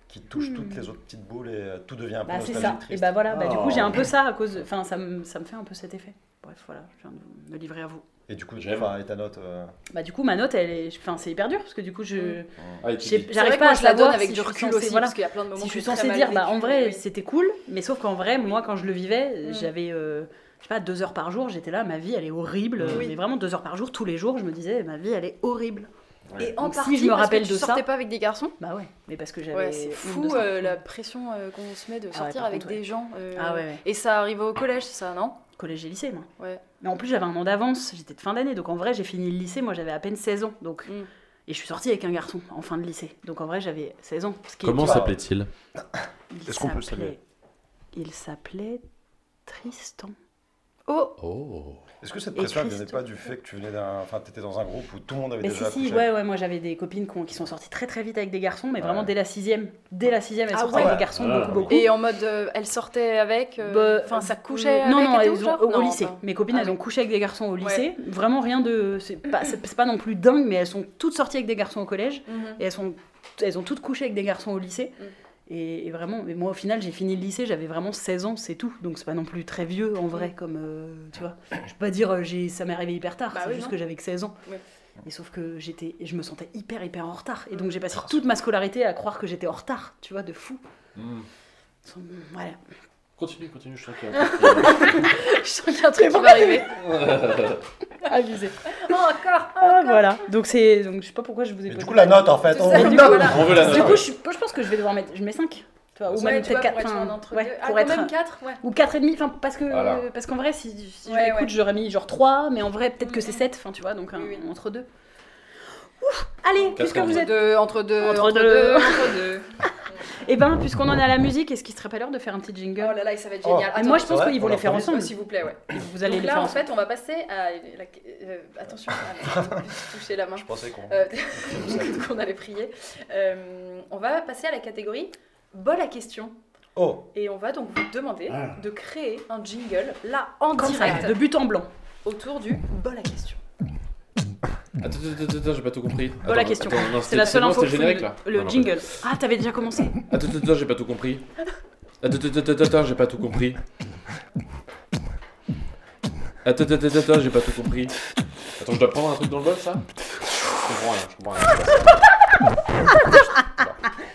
qui touche toutes les autres petites boules et euh, tout devient un peu
Mm. Bah, c'est
nostalgique,
ça. Et
triste.
bah voilà, bah, du coup,
Oh.
j'ai un peu ça à cause. de- Enfin, ça me, ça me fait un peu cet effet. Bref, voilà, je viens de me livrer à vous.
Et du coup,
J'aime.
enfin, et ta note euh,
Bah, du coup, ma note, elle est. Enfin, c'est hyper dur parce que du coup, je.
Mm.
Ah, et tu
C'est
J'ai-
dis-
vrai
J'arrive
que
pas
moi,
à
je la donne
savoir
avec
si
du
je suis
recul
censée-
aussi,
voilà.
parce qu'il y a plein de moments
Si
où
je suis
j'ai très
censée
mal
dire, bah,
vécu,
en vrai,
oui.
c'était cool, mais sauf qu'en vrai, moi, quand je le vivais,
Mm.
j'avais, euh, je sais pas, deux heures par jour, j'étais là, ma vie, elle est horrible. euh,
Oui.
Mais vraiment, deux heures par jour, tous les jours, je me disais, ma vie, elle est horrible.
Et en
Donc, si
partie,
je me
parce que
rappelle
tu
de ça-
sortais pas avec des garçons.
Bah ouais, mais parce que j'avais.
Ouais, c'est
honte de
fou
ça. Ah
euh, la pression euh, qu'on se met de
ouais,
sortir
par
avec
contre, ouais.
des gens. euh,
Ah ouais, ouais.
Et ça arrive au collège, ça, non
Collège et lycée, moi.
Ouais.
Mais en plus, j'avais un an d'avance, j'étais de fin d'année, donc en vrai, j'ai fini le lycée, moi, j'avais à peine 16 ans. Donc...
Mm.
Et je suis sortie avec un garçon en fin de lycée. Donc en vrai, j'avais 16 ans. ce qui est-
Comment
tu vois.
s'appelait-il
Il
Est-ce qu'on peut le
s'appelait-
saluer
Il s'appelait Tristan.
Oh
Oh.
Est-ce que cette
Et
pression ne venait
triste.
pas du fait que tu venais d'un. Enfin, t'étais dans un groupe où tout le monde avait
Mais si,
déjà
si,
couché
ouais, ouais, moi j'avais des copines qui ont- qui sont sorties très très vite avec des garçons, mais vraiment
Ouais.
dès la sixième. Dès la sixième, elles
Ah
sortaient
ouais.
avec des garçons,
Ah.
beaucoup, beaucoup.
Et en mode, euh, elle sortait avec, euh,
Bah,
enfin, ça couchait
euh,
avec
Non, non,
et tout,
elles ont,
genre
au, au
Non,
lycée.
enfin,
Mes copines,
Ah
elles
oui.
ont couché avec des garçons au
Ouais.
lycée. Vraiment rien de. C'est pas, c'est- c'est pas non plus dingue, mais elles sont toutes sorties avec des garçons au collège.
Mhm.
Et elles, sont, elles ont toutes couché avec des garçons au lycée.
Mm.
Et, et vraiment, mais moi au final, j'ai fini le lycée, j'avais vraiment 16 ans, c'est tout. Donc c'est pas non plus très vieux en
Mm.
vrai, comme. euh, tu vois. Je peux pas dire, euh, j'ai, ça m'est arrivé hyper tard,
Bah
c'est
oui,
juste
non.
que j'avais que 16 ans.
Ouais.
Et sauf que j'étais, je me sentais hyper, hyper en retard.
Mm.
Et donc j'ai
Ah,
passé toute ma scolarité à croire que j'étais en retard, tu vois, de fou.
Mm.
Voilà.
Continue, continue, je sens qu'il y a-
(laughs) Je sens qu'il y a un truc qui va arriver.
(laughs) Abusé.
Oh, encore
Ah, voilà. Donc c'est, donc je sais pas pourquoi je vous ai.
Mais
posé
du coup, la
la
note en fait,
Tout
on (laughs)
ça,
veut une
du
note.
coup, là.
On veut la note.
Du coup, je, suis- je pense que je vais devoir mettre. Je mets 5. Tu vois, ou
Ouais,
même
tu vois,
peut-être
pour
4.
être sur un entre deux. Ah,
pour
quand
être.
même 4, ouais.
Ou 4,5. Enfin, parce que.
Voilà.
euh, Parce qu'en vrai, si, si
Ouais,
je l'écoute,
ouais.
j'aurais mis genre 3. Mais en vrai, peut-être que c'est
Mhm.
7. Enfin, tu vois, donc un-
Oui, oui.
entre deux. Ouf Allez, puisque
entre
vous êtes.
Deux, entre deux,
(laughs) Entre
entre
deux.
deux, entre deux.
Eh ben, puisqu'on en a la musique, est-ce qu'il serait pas l'heure de faire un petit jingle
Oh là là, et ça va être
Oh.
génial.
Mais
Attends,
moi, je pense
ouais,
qu'ils
on
vont les
l'a
faire
promis.
ensemble.
S'il vous plaît, ouais.
Vous allez
Donc
les
là,
faire
en
ensemble.
fait, on va passer à... la- euh,
(laughs)
attention, ah, merde, j'ai touché la main.
Je pensais qu'on.
Euh, (laughs) qu'on allait prier. Euh, on va passer à la catégorie bol à question.
Oh
Et on va donc vous demander de créer un jingle, là, en
Comme ça,
direct,
de but en blanc.
autour du bol à question.
Attends, attends, attends, attends, j'ai pas tout compris.
Voilà la
Attends,
question.
attends, non,
C'est
c'était-
la seule
bon,
info.
c'était
que je
générique,
voulais-
là.
Le
Non, non,
jingle. Ah, t'avais déjà commencé.
Attends, attends, attends, j'ai pas tout compris. Attends, attends, attends, attends, j'ai pas tout compris. Attends, attends, attends, attends, j'ai pas tout compris. Attends, je dois prendre
(laughs)
un truc dans le bol, ça Je comprends rien, je comprends rien.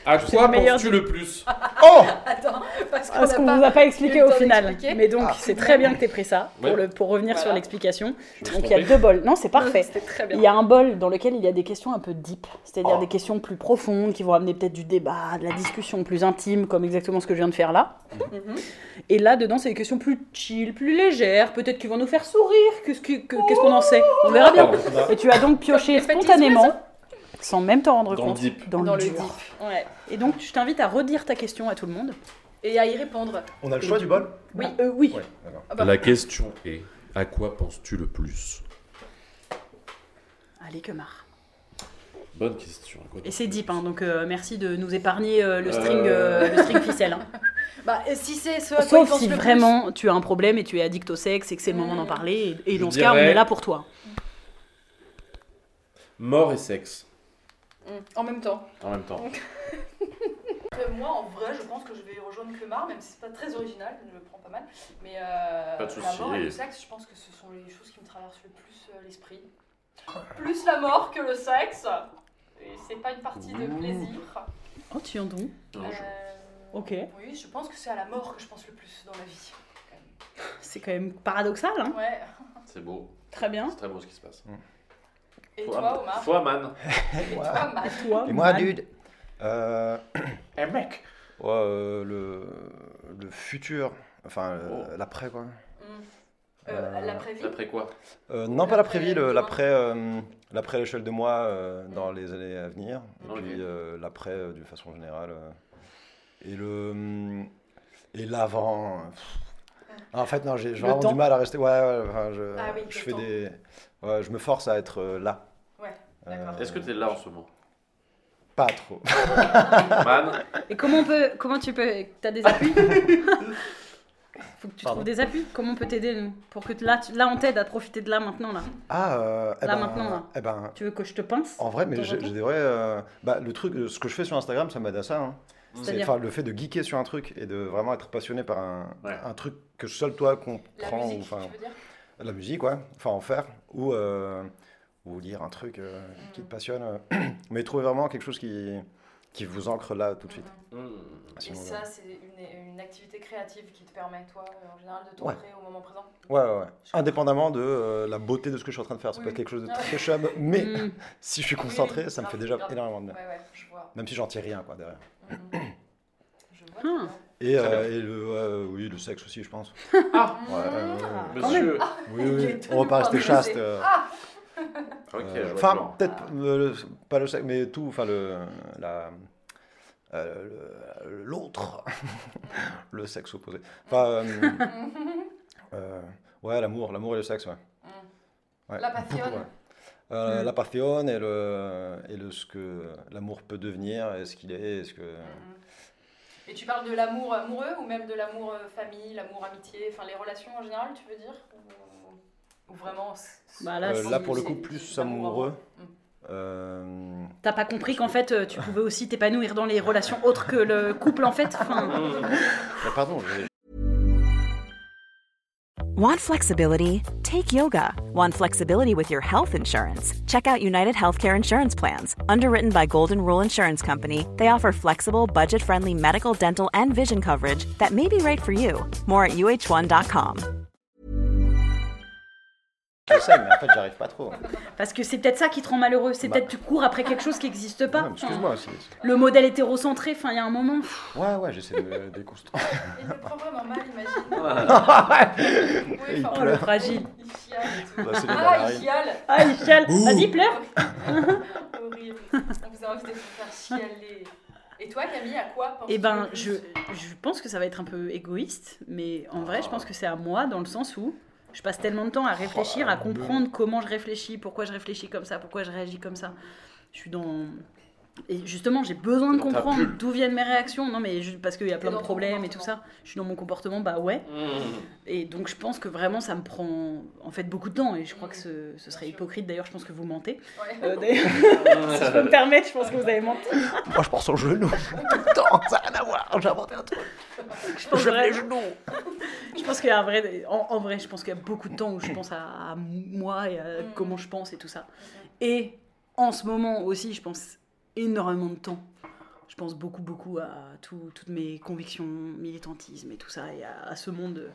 À
C'est
quoi
le meilleur
penses-tu le plus
Ah.
Oh
Attends, (laughs) parce qu'on
Parce qu'on
n'a
vous
pas...
a pas expliqué
eu le
au
temps
final.
d'expliquer.
Mais donc,
Ah.
c'est très bien que t'aies pris ça pour,
Ouais.
le, pour revenir sur
Voilà.
l'explication.
Je me suis
Donc, il y a
trompé.
deux bols. Non, c'est parfait.
C'était très bien.
Il y a un bol dans lequel il y a des questions un peu deep, c'est-à-dire
Oh.
des questions plus profondes qui vont amener peut-être du débat, de la discussion plus intime, comme exactement ce que je viens de faire là.
Mhm.
Et là, dedans, c'est des questions plus chill, plus légères, peut-être qui vont nous faire sourire. Qu'est-ce que- que- qu'est-ce qu'on en sait On verra bien.
Pardon.
Oh.
Et tu as donc pioché
Comme les
spontanément, sans même t'en rendre
Dans le
compte,
deep.
dans,
Dans
le
le
dur.
deep. Ouais.
Et donc, je t'invite à redire ta question à tout le monde.
Et à y répondre.
On a le choix du bol
Oui, euh, oui.
Ouais, d'accord.
Ah bah,
La question est à quoi penses-tu le plus
Allez, que marre.
Bonne question. à quoi
Et
penses-tu
c'est
le
deep,
plus
hein, donc euh, merci de nous épargner euh, le, string,
Euh.
euh, le string ficelle. hein.
bah, et si c'est ce à quoi
Sauf
ils pensent
si
le plus.
vraiment tu as un problème et tu es addict au sexe et que c'est le moment
Mm.
d'en parler. Et, et
Je
dans ce cas, on
dirais-
est là pour toi.
Mort et sexe
Mm. En même temps.
en même temps.
Euh, Moi, en vrai, je pense que je vais rejoindre Clemar, même si c'est pas très original, je me prends pas mal. Mais euh,
Pas de
la
souci.
mort et le sexe, je pense que ce sont les choses qui me traversent le plus euh, l'esprit. Plus la mort que le sexe. Et c'est pas une partie de plaisir.
Oh, tu en donc
Non, je-
Euh,
Ok.
Oui, je pense que c'est à la mort que je pense le plus dans la vie.
C'est quand même paradoxal, hein
Ouais.
C'est beau.
Très bien.
C'est très beau ce qui se passe.
Et
Faut
toi,
am-
Omar
Faut Aman.
Pas (laughs) mal.
Toi,
Et moi,
man.
dude Euh, (clears throat)
Eh mec
ouais, euh, le, le futur, enfin euh,
Oh.
l'après quoi.
Mm. Euh, L'après-vie
Après quoi
Euh, non, pas l'après-vie,
L'après-
le- l'après euh, l'après à l'échelle de moi euh, dans les années à venir. Et
Ok.
puis euh, l'après euh, d'une façon générale. euh. et le. hum, Et l'avant. pff. En fait, non, j'ai
Le
j'ai vraiment
temps.
du mal à rester. Ouais, ouais, enfin, je,
Ah oui,
je
le
fais
temps.
des. ouais, je me force à être euh, là.
Ouais,
Euh,
d'accord.
Est-ce que t'es là en ce moment (laughs)
Pas trop.
Man
Et comment on peut, comment tu peux, t'as des
(laughs)
appuis Faut que tu
Pardon.
trouves des appuis. Comment on peut t'aider nous Pour que t- là, tu- là, on t'aide à profiter de là maintenant là.
Ah, euh, eh
Là,
ben,
maintenant, là.
Eh ben,
Tu veux que je te pince
En vrai, mais
T'en
j'ai
entends
j'ai des vrais. euh, bah, le truc, euh, ce que je fais sur Instagram, ça m'aide à ça. hein. C'est
C'est-à-dire
enfin, le fait de geeker sur un truc et de vraiment être passionné par un,
Ouais.
un truc que seul toi
La
comprends, ou,
musique,
enfin
tu veux dire
la musique, ouais, enfin en faire, ou, euh, ou lire un truc euh, qui te
Ah.
passionne, euh, (clears throat) mais trouver vraiment quelque chose qui, qui vous ancre là tout de suite.
Hmm.
Et
Sinon,
Ah, ça, c'est une, une activité créative qui te permet, toi, euh, en général, de
Ouais.
t'ancrer au moment présent.
Ouais, ouais, ouais. Indépendamment de euh, la beauté de ce que je suis en train de faire, c'est
Oui,
pas
oui.
quelque chose de
Ah ouais.
très chum, mais
Hmm.
si je suis concentré,
oui,
ça me
grave,
fait déjà
grave.
énormément de bien.
Ouais, ouais, je vois.
Même si j'en tire rien, quoi, derrière.
Mhm. je vois.
Hmm.
Et, euh, et le, euh, oui, le sexe aussi, je pense.
Ah
Ouais, euh, ouais, ouais.
Monsieur Ah.
Oui,
Il est
oui,
tenu
on va pas
par
rester
le
chaste.
musée.
euh,
Ok,
euh,
je vois le
Enfin,
plan.
peut-être
Ah.
le- le- pas le sexe, mais tout, enfin le la euh, le- l'autre, (laughs) le sexe opposé. Enfin,
(laughs)
euh, euh, ouais, l'amour, l'amour et le sexe, ouais. Ouais,
Mm. La Mm. passion.
beaucoup, ouais. Euh, La passion et le et le ce que l'amour peut devenir, est-ce qu'il est, est-ce que
Mm. Et tu parles de l'amour amoureux ou même de l'amour euh, famille, l'amour amitié, enfin les relations en général, tu veux dire ou, ou vraiment c- c-
Bah là,
Euh,
si-
là pour le
c'est-
coup
c'est
plus
de l'amour
amoureux.
amoureux.
Euh,
T'as pas compris qu'en fait, euh, tu pouvais aussi t'épanouir dans les relations autres que le couple en fait. Enfin,
ah, pardon, j'ai-
Want flexibility? Take yoga. Want flexibility with your health insurance? Check out United Healthcare Insurance Plans. Underwritten by Golden Rule Insurance Company, they offer flexible, budget friendly medical, dental, and vision coverage that may be right for you. More at uh1.com.
j'essaie, mais en fait j'arrive pas trop.
Ah,
parce que c'est peut-être ça qui te rend malheureux. C'est
Bah.
peut-être tu cours après quelque chose qui n'existe pas.
Ah, Ouais, Excuse-moi, c'est-
Le modèle hétérocentré. Enfin, il y a un moment. pff,
ouais ouais, j'essaie de déconstruire.
Il le prend vraiment mal, imagine.
Il
oui, enfin,
Oh le fragile.
Il chiale et tout.
Bah, c'est les
ah, il
ballerines.
chiale
Ah, il chiale. Vas-y, pleure.
Horrible. On vous a envie de vous faire chialer. Et toi, Camille, à quoi penses-tu
Eh ben,
le plus
je, je pense que ça va être un peu égoïste, mais en vrai, je pense
Ah.
que c'est à moi dans le sens où je passe tellement de temps à réfléchir,
Oh,
à comprendre comment je réfléchis, pourquoi je réfléchis comme ça, pourquoi je réagis comme ça. Je suis dans. Et justement, j'ai besoin de
Dans ta
comprendre
bulle.
d'où viennent mes réactions. Non, mais je- parce qu'il y a plein
dans
de
ton
problèmes et tout ça. Je suis dans mon comportement, bah ouais.
Hmm.
Et donc, je pense que vraiment, ça me prend en fait beaucoup de temps. Et je crois que ce, ce serait
Bien sûr.
hypocrite. D'ailleurs, je pense que vous mentez.
Ouais.
Euh,
(laughs)
d'ailleurs, si je peux me permettre, je pense que vous avez menti.
Moi, je pense aux genoux tout le temps. Ça n'a rien à voir. J'ai inventé un truc.
Je pense vraiment- Je pense qu'il y a un vrai, en, en vrai, je pense qu'il y a beaucoup de temps où je pense à, à moi
Mm.
et à comment je pense et tout ça. Et en ce moment aussi, je pense énormément de temps Je pense beaucoup, beaucoup à tout- toutes mes convictions, militantisme et tout ça, et à, à ce monde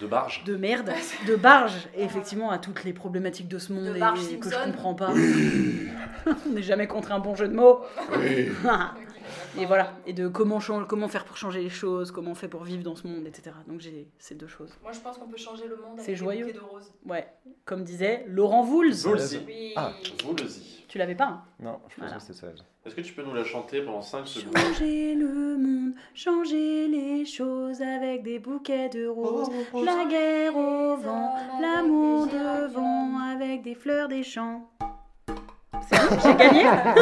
De barge.
de merde, de barge, et effectivement à toutes les problématiques de ce monde et-
barge
que je
Simpson.
comprends pas. (laughs) On n'est jamais contre un bon jeu de mots. (laughs) et voilà. Et de comment, chan- comment faire pour changer les choses, comment on fait pour vivre dans ce monde, etc. Donc j'ai ces deux choses.
Moi, je pense qu'on peut changer le monde
C'est
avec
joyeux.
des bouquets de roses.
Ouais. Comme disait Laurent Vouls.
Voulzy.
Oui.
Ah.
Voulzy.
Tu l'avais pas hein
Non, je pense
Voilà.
que c'était ça.
Est-ce que tu peux nous la chanter pendant 5 secondes
Changer le monde, changer les choses avec des bouquets de roses.
Oh,
La guerre au vent, l'amour devant avec des fleurs des champs. C'est bon, j'ai
(laughs)
gagné
Ah.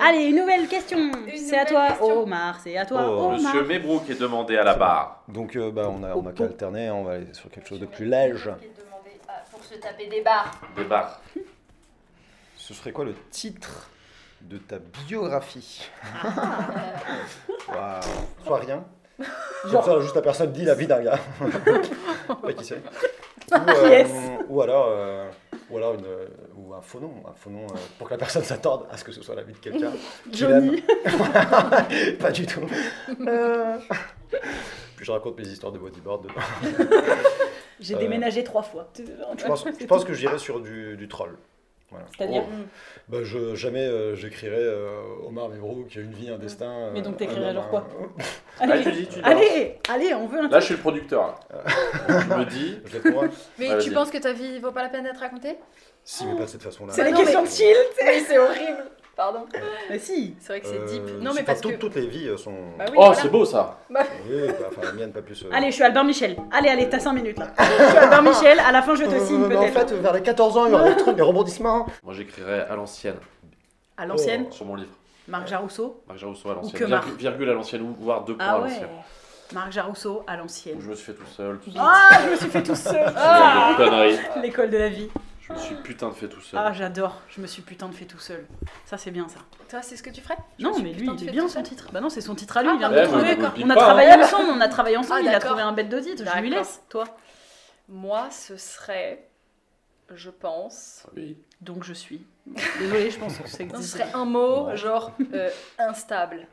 Allez, une nouvelle question. C'est à
nouvelle
toi,
question.
Omar. C'est à toi,
Oh,
Omar.
Monsieur Mébrook est demandé à la barre.
Donc euh, bah, on a, on a qu'à alterner, on va aller sur quelque chose de plus léger.
Qui est demandé à- pour se taper des barres.
Des barres.
Ce serait quoi le titre de ta biographie Ah. Waouh, soit rien. Comme ça, juste la personne dit la vie d'un (laughs) gars. Ouais, qui sait ou, euh,
Yes.
ou alors, euh, ou alors une, euh, ou un faux nom, un faux nom euh, pour que la personne s'attende à ce que ce soit la vie de quelqu'un. qu'il
Johnny.
aime. (laughs) Pas du tout. Euh, Puis je raconte mes histoires de bodyboard dedans.
J'ai
Euh,
déménagé trois fois.
Euh,
Je pense, je pense que j'irai sur du, du troll. Voilà.
C'est-à-dire
Oh.
Bah, je, jamais euh, j'écrirais euh, Omar Mibrouk, une vie, un destin. euh,
Mais donc t'écrirais
un homme,
genre quoi
un-
Oh. Allez,
Allez,
tu dis, tu dis.
allez, allez, on veut un
Là, je suis le producteur. là. (laughs) Donc, tu me dis.
Je vais pour moi.
Mais
Ouais,
tu
vas-y.
penses que ta vie vaut pas la peine d'être racontée
Si, mais pas de cette façon-là.
C'est la
non,
question
mais-
de chill.
Oui, c'est horrible. Pardon.
Mais si.
C'est vrai que c'est
Euh,
deep. Non, mais
enfin,
parce que.
toutes- Toutes les vies euh, sont.
Bah oui,
Oh,
voilà.
c'est beau ça.
Oui, bah, enfin, la mienne, pas plus. euh,
Allez, je suis Albert Michel. Allez, allez, t'as 5 minutes là. Je suis Albert Michel, à la fin je te
euh,
signe
mais en
peut-être.
fait, vers les 14 ans, il y aura des trucs, des rebondissements.
Moi, j'écrirais à l'ancienne
À l'ancienne,
Oh.
sur mon livre.
Marc Jarousseau.
Marc Jarousseau à
que
l'ancienne.
Marc.
Virgu- Virgule à l'ancienne ou voire deux points à
Ah ouais.
l'ancienne.
Marc Jarousseau à
Où
l'ancienne.
je me suis fait tout seul, tout ça.
Ah, je me suis fait tout seul.
Ah
(laughs) Ah.
de conneries.
L'école de la vie.
Je me suis putain de fait tout seul.
Ah, j'adore. Je me suis putain de fait tout seul. Ça, c'est bien ça.
Toi, c'est ce que tu ferais
Non,
suis
mais lui,
putain de
il est
fait
bien
tout
son
seul.
titre. Bah non, c'est son titre à lui.
Ah,
il vient de
Eh,
le
moi,
trouver,
je
quoi.
vous le
On a
dis pas,
travaillé
hein.
ensemble, on a travaillé ensemble.
Ah,
il a
d'accord.
trouvé un bête de titre. Je lui
D'accord.
laisse, toi.
Moi, ce serait. Je pense.
Oui.
Donc je suis. Désolée, je pense que c'est
Ce serait un mot, genre. euh, instable.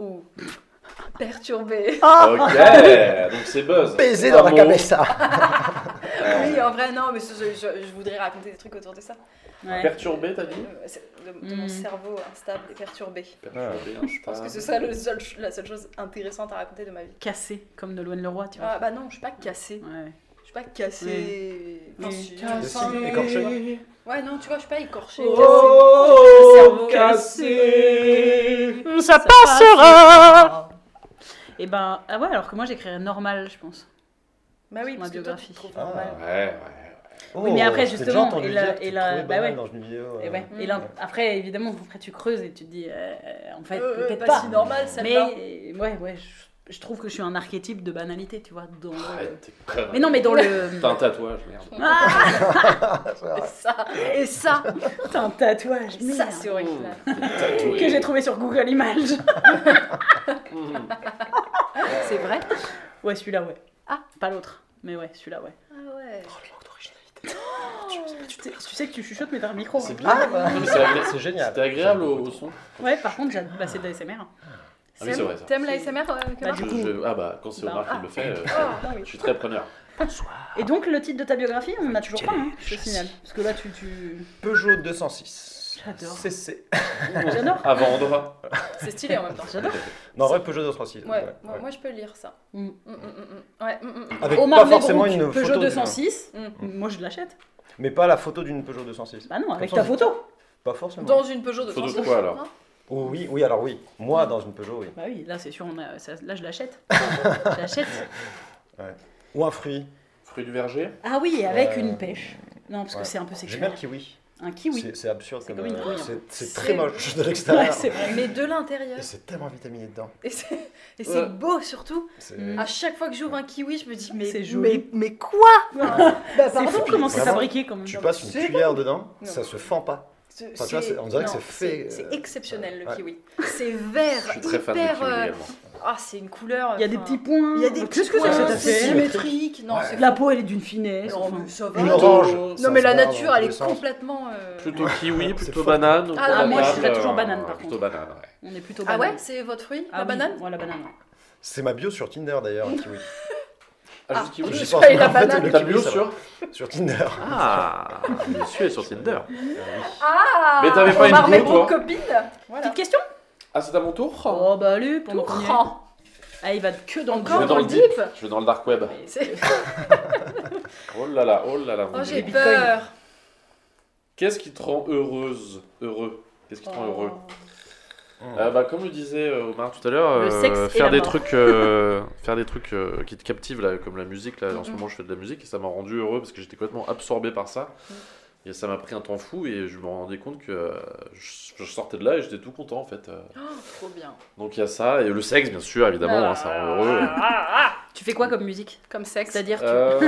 Ou. (laughs) Perturbé.
Ah
Ah (laughs)
Ok, donc c'est buzz.
Baiser
Un
dans la
mot.
cabeza.
Oui, en vrai, non, mais ce- je, je- je voudrais raconter des trucs autour de ça.
Perturbé, t'as dit
Euh, c'est- de, de mon
Mm.
cerveau instable et perturbé.
Perturbé, hein,
Je pense
Ah.
que ce serait le seul- la seule chose intéressante à raconter de ma vie.
cassé, comme Nolwenn Leroy, tu vois.
Ah bah non, je suis pas cassée.
Ouais.
Je suis pas cassée. Enfin,
Oui.
si.
Cassée. Écorché.
Ouais, non, tu vois, je suis pas écorchée.
Oh, cassé, ça passera. Et ben, ah ouais, alors que moi j'écrirais normal, je pense.
Bah oui,
Ma
parce que toi, tu
biographie.
te trouves
Ah.
normale.
Ouais, ouais.
Oui, mais après,
je t'ai Oh, déjà
justement,
entendu
et la-
dire que tu
et la-
trouvais
bah
banal
ouais.
dans une vidéo.
Et
euh,
ouais. Et là, après, évidemment, après tu creuses et tu te dis, euh, en fait,
Euh, euh,
peut-être
pas
pas.
si normale, celle-là.
mais ouais, ouais, je, je trouve que je suis un archétype de banalité, tu vois. Dans le-
Arrête, t'es conne.
Mais non, mais dans
(laughs)
le.
T'as un tatouage, merde.
Ah,
Et ça, et ça,
(laughs) t'as un tatouage.
et ça,
merde.
c'est original.
Mmh. Tatoué. Mmh.
que j'ai trouvé sur Google Images.
C'est vrai
(laughs) Ouais, celui-là, ouais.
Ah.
pas l'autre. Mais ouais, celui-là, ouais.
Ah ouais.
Oh,
Tu, sais- tu sais que tu chuchotes, mais t'as un micro. hein.
C'est bien. Non, mais c'est agré-
Ah, C'est génial.
C'était agréable au, au son.
Ouais, par contre, j'ad- bah, c'est de l'ASMR. hein.
Ah oui, c'est vrai, ça.
T'aimes l'ASMR euh,
Bah,
Kemar
du
Je-
coup.
je- ah bah, quand c'est Omar
Bah,
qui le fait, euh,
Ah oui.
je suis très preneur.
Et donc, le titre de ta biographie, on n'a toujours pas, hein, je te signale. Parce que là, tu. tu...
(laughs) Peugeot 206.
J'adore.
(laughs) CC.
J'adore.
À vendre.
C'est stylé en
(laughs)
même temps.
J'adore.
Non, en vrai, Peugeot 206.
Ouais,
ouais,
moi,
ouais.
moi, je peux lire ça.
Mm.
Mm, mm, mm, mm. Ouais, mm, mm, mm.
Avec
Omar
pas forcément
Mabrouk,
une
Peugeot
photo d'une-
206.
Mm.
Moi, je l'achète.
Mais pas la photo d'une Peugeot 206.
Bah non, avec
Comme ça,
ta photo.
Pas forcément.
Dans une Peugeot de
Photo de
300,
quoi, alors
hein
Oh, oui, oui, alors oui. Moi, dans une Peugeot, oui.
Bah oui, là, c'est sûr, on a... ça- là, je l'achète. je l'achète.
Ou un fruit.
Fruit du verger.
Ah oui, avec
Euh,
une pêche. Non, parce
ouais.
que c'est un peu
J'aime bien
sexuel.
le kiwi.
Un kiwi.
C'est- C'est absurde
C'est
comme.
comme une
euh,
couille, hein.
c'est- C'est
C'est-
très moche de
(laughs) Ouais,
l'extérieur.
c'est vrai.
Mais de l'intérieur.
Et c'est tellement vitaminé dedans.
Et c'est et c'est
Ouais.
beau surtout.
C'est-
Mm.
À chaque fois que j'ouvre un kiwi, je me dis mais
C'est
mais,
joli.
mais quoi
Bah, pardon,
fou,
comment c'est
vraiment.
fabriqué quand même.
Tu passes une
C'est-
cuillère dedans,
Non.
ça se fend pas.
C'est-
Enfin, tu vois, c'est- on dirait que
non,
c'est fait,
C'est
euh,
exceptionnel le
ouais.
kiwi. C'est vert,
Je suis très fan de
hyper,
kiwi
euh,
également.
Ah, c'est une couleur.
Il y a des
enfin,
petits points.
Il y a des
Qu'est-ce
petits
que c'est que
points,
cette
c'est
affaire
symétrique. Non, c'est
La peau, elle est d'une finesse.
Non,
enfin.
mais ça va.
Une
Non,
orange.
Non, mais la nature, elle est complètement. euh,
Plutôt kiwi,
C'est
plutôt
fort.
banane.
Ah, non, moi, je
serais
serais
toujours banane, par
Plutôt banane, ouais.
On est plutôt
Ah
banane.
ouais, c'est votre fruit,
Ah
la
oui,
banane.
Ouais, la banane. ouais.
C'est ma bio sur Tinder d'ailleurs, le
(laughs)
kiwi.
Ah, juste kiwi.
J'y
oui,
pense,
et
mais
la
en fait,
banane.
le
T'as
kiwi,
bio
ça va.
sur
Sur Tinder.
Ah, monsieur est sur Tinder.
Ah
Mais t'avais pas
on
une
marre mes
idée, toi
bonnes copines. Voilà.
Petite question
Ah, c'est à mon tour
Oh bah allez, pendant qu'on y est.
Grand.
Ah, il va que dans le
Je vais
Encore
corps.
dans le
le
deep.
deep.
Je vais dans le dark web.
C'est-
Oh là là, oh là là. mon
Oh, j'ai
Dieu.
peur.
Qu'est-ce qui te rend heureuse Heureux Qu'est-ce qui te rend
Oh.
heureux
Mm.
Ah bah, Comme le disait euh, Omar tout à l'heure,
Le
euh,
sexe et
faire,
la
des
mort.
trucs, euh, faire des trucs euh, qui te captivent, là, comme la musique. Là, En ce moment, je fais de la musique et ça m'a rendu heureux parce que j'étais complètement absorbé par ça. Et ça m'a pris un temps fou et je me rendais compte que euh, je, je sortais de là et j'étais tout content en fait. euh.
Trop bien.
Donc il y a ça et le sexe bien sûr évidemment hein, ça rend heureux.
Tu fais quoi comme musique
Ah. Comme sexe.
C'est-à-dire que.
Euh,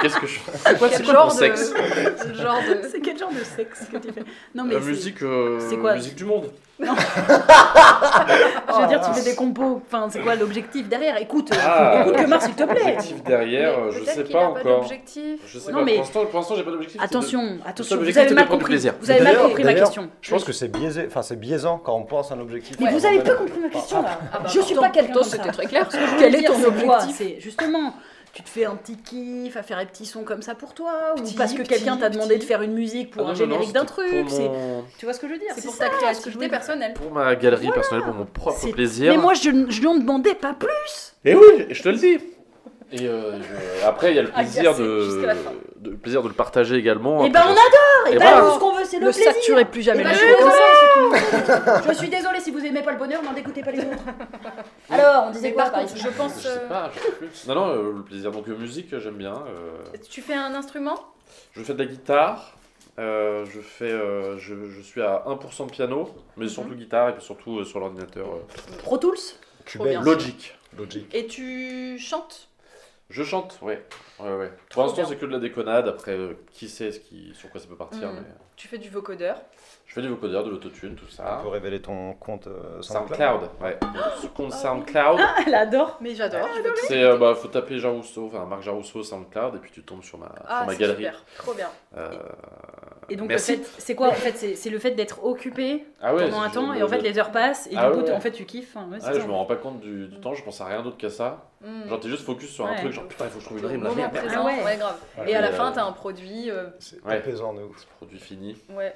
Qu'est-ce que je C'est quoi,
Quel
c'est quoi ton
genre de
sexe
(laughs) quel genre de.
Euh, C'est quel genre de sexe que tu fais Non, mais.
La
c'est-
musique, euh,
c'est quoi
musique du monde.
Je veux dire, tu fais des compos. Enfin, c'est quoi l'objectif derrière Écoute,
Oh Ah.
écoute que Mars, s'il te plaît.
Objectif derrière,
Mais
euh, je
peut-être
sais
qu'il
pas
a pas
encore.
d'objectif.
Je sais
Non,
pas.
mais-
Pour l'instant- Pour l'instant, j'ai pas d'objectif.
Attention, attention,
objectif,
vous avez
c'est de
mal
prendre du
compris.
plaisir.
Vous avez mal
D'ailleurs-
compris ma
d'ailleurs,
question.
Je pense que c'est biaisé, enfin c'est biaisant quand on pense à un objectif.
Mais vous
Ouais.
avez pas compris ma question là.
Ah, bah,
je suis pas quelqu'un
Pourtant,
comme
c'était
ça.
très clair.
Je veux
Quel est
dire,
ton
c'est quoi
objectif
C'est justement, tu te fais un petit kiff à faire des petits sons comme ça pour toi,
Petit,
ou parce que
petit,
quelqu'un t'a demandé
petit.
de faire une musique pour
Ah non,
un
non,
générique
non,
d'un
c'était
truc.
pour
c'est-
mon-
Tu vois ce que je veux dire
C'est pour ta
ça, ce que je
créativité
voulais dire.
personnelle.
Pour ma galerie personnelle, pour mon propre
C'est-
plaisir.
Mais moi, je n- je n'en demandais pas plus.
Et Eh oui, je te le dis. Et euh, je- après, il y a le
Ah,
plaisir
Agacé
de...
jusqu'à la fin.
de- le plaisir de le partager également.
Eh ben, on
adore.
Et bah, nous, ce qu'on veut, c'est le,
Ne
plaisir.
saturez plus jamais
Eh
la
ben, je,
chose.
suis (laughs) désolée, je suis désolée si vous aimez pas le bonheur, n'en écoutez pas les autres. Alors, on disait
Mais
quoi
par contre,
exemple
je pense.
Je sais
euh,
pas, je sais plus. Non, non, euh, le plaisir. Donc, euh, musique, j'aime bien. euh,
Tu fais un instrument
Je fais de la guitare. euh, je, fais, euh, je, je suis à 1% de piano, mais
Mhm.
surtout guitare et puis surtout euh, sur l'ordinateur. euh,
Pro Tools
Ah, Tu
Trop
baises.
bien.
Logic.
Logic.
et tu chantes.
Je chante, ouais. ouais, ouais. Pour l'instant,
bien.
c'est que de la déconnade. Après, euh, qui sait ce qui, sur quoi ça peut partir.
Mhm.
Mais... euh,
Tu fais du vocodeur.
Je fais du vocodeur, de l'autotune, tout
Tu
ça.
peux révéler ton compte euh, SoundCloud.
SoundCloud, ouais. Ce compte SoundCloud,
Ah, Elle adore.
Mais j'adore. je vais tout-
c'est euh, bah faut taper Jarousseau, enfin Marc Jarousseau SoundCloud et puis tu tombes sur ma, sur
Ah,
ma
c'est
galerie.
super. Trop bien.
Euh,
Et donc, en
Merci.
fait, c'est quoi en fait C'est c'est le fait d'être occupé
Ah ouais.
pendant un
je-
temps et en fait les heures passent et
Ah
du coup
ouais.
t- en fait tu kiffes. hein, ouais, c'est
Ah,
ça.
je me rends pas compte du, du temps, je pense à rien d'autre qu'à ça.
Mm.
Genre t'es juste focus sur un
Ouais.
truc, genre putain il faut que je trouve une
Au
rime là.
moment
Merde, merde.
présent,
Ah ouais.
ouais, grave.
Ouais.
Et à la
Et,
fin,
euh,
t'as un produit. euh,
C'est
Ouais.
apaisant de ouf.
Produit fini.
Ouais.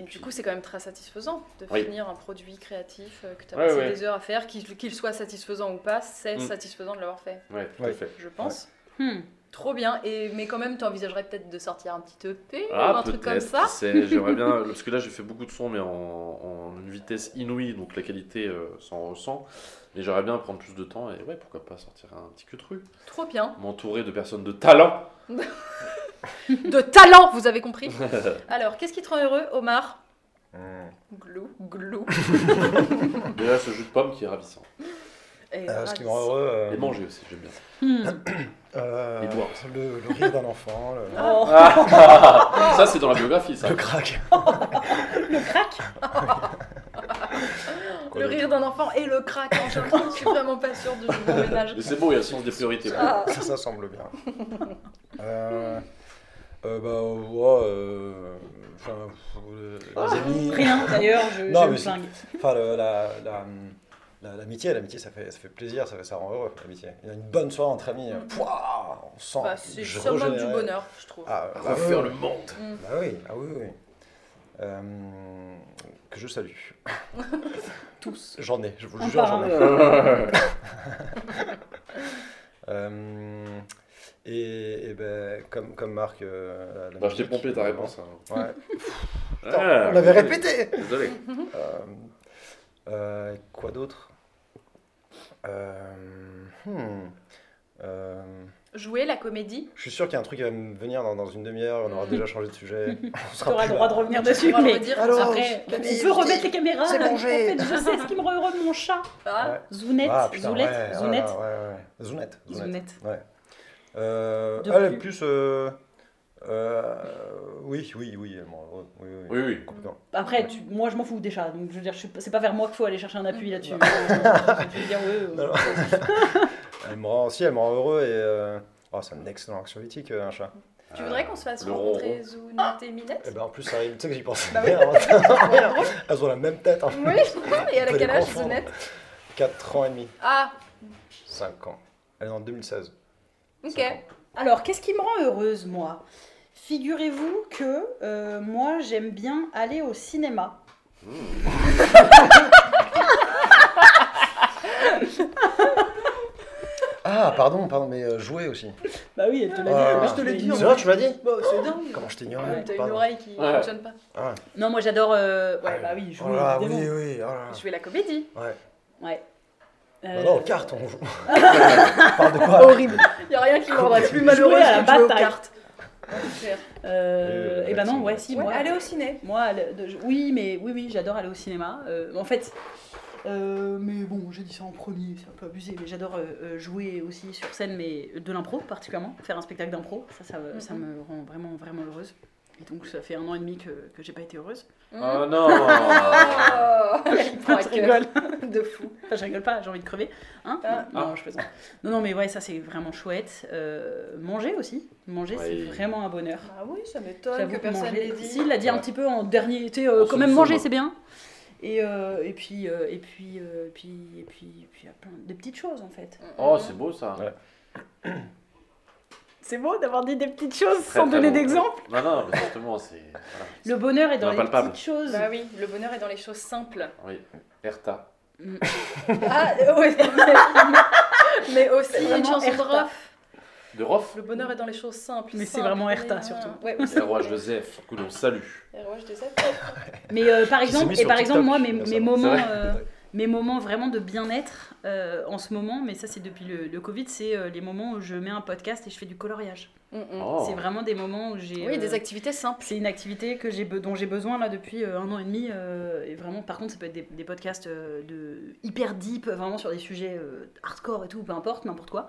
Et
puis-
du coup, c'est quand même très satisfaisant de
Oui.
finir un produit créatif euh, que tu as
Ouais,
passé
ouais.
des heures à faire, qu'il qu'il soit satisfaisant ou pas, c'est
Mm.
satisfaisant de l'avoir fait,
Ouais, tout à
Ouais.
fait.
je pense.
Hmm.
Trop bien, et, mais quand même, tu envisagerais peut-être de sortir un petit EP ou
Ah,
un truc comme
peut-être,
ça.
qui sait,
(laughs)
j'aimerais bien, parce que là j'ai fait beaucoup de sons, mais en, en une vitesse inouïe, donc la qualité euh, s'en ressent. Mais j'aimerais bien prendre plus de temps et ouais, pourquoi pas sortir un petit que truc.
Trop bien.
M'entourer de personnes de talent.
(laughs) De talent, vous avez compris
(laughs)
Alors, qu'est-ce qui te rend heureux, Omar
Mm.
Glou, glou.
Déjà ce jus de pomme qui est ravissant.
Et ah,
Euh, ce qui me rend heureux. euh,
Et manger aussi, j'aime bien.
euh,
Et boire.
le, le rire d'un enfant, le,
Ah. Oh.
(laughs) Ça, c'est dans la biographie, ça.
le
(laughs)
crack.
(laughs) le rire d'un enfant et le crack
(laughs)
en chantant, je suis vraiment pas sûre du bon ménage.
Mais c'est beau, il y a le sens des priorités.
Ah,
Ça, ça semble bien. Euh, euh, bah, ouais, euh, enfin, euh, les amis.
Ah,
Rien d'ailleurs, je,
Non,
je
mais
me
c'est-
flingue.
Enfin, le- la, la, la- l'amitié, l'amitié, ça fait, ça fait plaisir, ça, fait- ça rend heureux, l'amitié. Il y a une bonne soirée entre amis, euh, pouah, on sent.
Mm. bah, c'est
je
sûrement du
régénérais.
bonheur, je trouve.
Ah, bah,
Refaire
oui.
(laughs)
le monde.
Bah oui, ah oui, oui. Euh, que
(laughs)
je salue. Tous. J'en ai, je vous le
Un
jure,
par
j'en
un.
ai.
Bah,
Euh, et, et ben, comme, comme Marc. euh, la- la
Bah, je t'ai
musique.
pompé ta réponse. hein.
Ouais.
Ah,
On l'avait
désolé.
répété
Désolé.
(laughs)
Euh, euh, quoi d'autre Euh, hmm, euh,
Jouer la comédie,
Je suis sûr qu'il y a un truc qui va me venir dans, dans une demi-heure, on aura déjà changé
(laughs)
de sujet. On
Tu auras le droit de revenir dessus.
on va
Mais
redire.
Alors,
après,
je-
tu veux remettre les caméras.
C'est mangé.
En fait, je sais ce qui me rend heureux de mon chat.
Ah,
Zounette, Zoulette, Zounette,
Zounette. Zounette.
Zounette.
Ouais. Euh,
De
allez,
plus.
plus. euh, Euh, oui, oui, oui, elle m'en- oui, oui, oui,
Oui, oui.
complètement.
Après, tu- moi, je m'en fous déjà. Donc, je veux dire, je suis pas- c'est pas vers moi qu'il faut aller chercher un appui là-dessus. Euh, je veux dire, ouais, euh,
Elle me rend, si, elle me rend heureux et. euh, Oh, c'est un excellent anxiolytique, euh, un chat.
Tu voudrais qu'on se fasse
Le
rencontrer Zounette et Minette
Et ben en plus, ça arrive, tu sais que j'y pensais.
Bah oui.
(laughs)
hier, hein. Elles ont la même tête. Hein.
Oui, (laughs) et elle
On
a
peut
quel
les
âge,
confondre.
Zounette
4 ans et demi,
Ah,
5 ans. Elle est en 2016.
ok.
Cinq ans.
Alors, qu'est-ce qui me rend heureuse, moi Figurez-vous que euh, moi, j'aime bien aller au cinéma.
Ah, pardon, pardon, mais euh, jouer aussi.
Bah oui, elle te
Ah.
l'a dit. dit. Bah,
C'est vrai, tu m'as dit
c'est dingue. Ah,
Comment je t'ai
Ouais,
ignoré
T'as une
pardon.
oreille qui
Ouais.
fonctionne pas.
Ah,
Non, moi, j'adore. euh, Ouais, bah oui, jouer.
oh là, oui,
évidemment.
oui, oh
Ah.
là.
Jouer la comédie.
Ouais.
Ouais.
Bah
Euh,
non, aux cartes,
(laughs)
on joue. on parle de quoi Horrible.
Y a rien qui me rendrait plus
Jouer
malheureuse
à la
que de jouer aux
bataille.
cartes.
Euh,
Euh,
et ben non,
effectivement.
ouais, si,
Ouais,
moi,
aller au ciné.
moi, aller- de- je- oui, mais oui, oui, j'adore aller au cinéma. Euh, en fait, euh, mais bon, j'ai dit ça en premier, c'est un peu abusé, mais j'adore euh, euh, jouer aussi sur scène, mais de l'impro particulièrement, faire un spectacle d'impro, ça, ça, ça
Mhm.
me rend vraiment, vraiment heureuse. Et donc, ça fait un an et demi que, que j'ai pas été heureuse.
Ah. Hmm.
Oh
(laughs)
non
Oh,
(laughs)
elle prend à
je
cœur.
rigole. (laughs)
De fou.
Enfin, je rigole pas, j'ai envie de crever. Hein
Ah.
Non, je plaisante. Non, non, mais ouais, ça, c'est vraiment chouette. Euh, manger aussi. Manger,
Oui.
c'est vraiment un bonheur.
Ah oui, ça m'étonne
J'avoue
que personne
manger-
l'ait dit.
Si, il l'a dit un
Ouais.
petit peu en dernier. Tu sais, euh,
On
quand
se
même
le
manger,
sauve.
c'est bien. Et, euh, et puis, euh, et puis, euh, et puis, et puis, et puis, il y a plein de petites choses en fait.
Oh, c'est beau ça.
Ouais.
C'est beau d'avoir dit des petites choses
Très, très beau. Non, non, mais justement, c'est. voilà.
Le bonheur est dans les
Impalpable.
petites choses.
Bah oui, le bonheur est dans les choses simples.
Oui, Erta.
(laughs) Ah, ouais. mais aussi
vraiment
une chanson de
Erta.
Rof.
De Rof
Le bonheur est dans les choses simples.
Mais c'est
simples,
vraiment Erta,
rien.
surtout.
Ouais, aussi.
et Roi Joseph, que l'on salue.
(laughs) Et Roche des Sept.
Mais euh, par
Je les ai
exemple,
mis
et
sur
par
TikTok,
exemple, moi, mes,
là, ça
mes
va.
moments,
C'est vrai.
euh, mes moments vraiment de bien-être euh, en ce moment, mais ça c'est depuis le, le Covid, c'est euh, les moments où je mets un podcast et je fais du coloriage.
Mm, mm.
Oh.
C'est vraiment des moments où j'ai.
Oui,
euh,
des activités simples.
C'est une activité que j'ai be- dont j'ai besoin là depuis euh, un an et demi euh, et vraiment par contre ça peut être des, des podcasts euh, de hyper deep vraiment sur des sujets euh, hardcore et tout peu importe n'importe quoi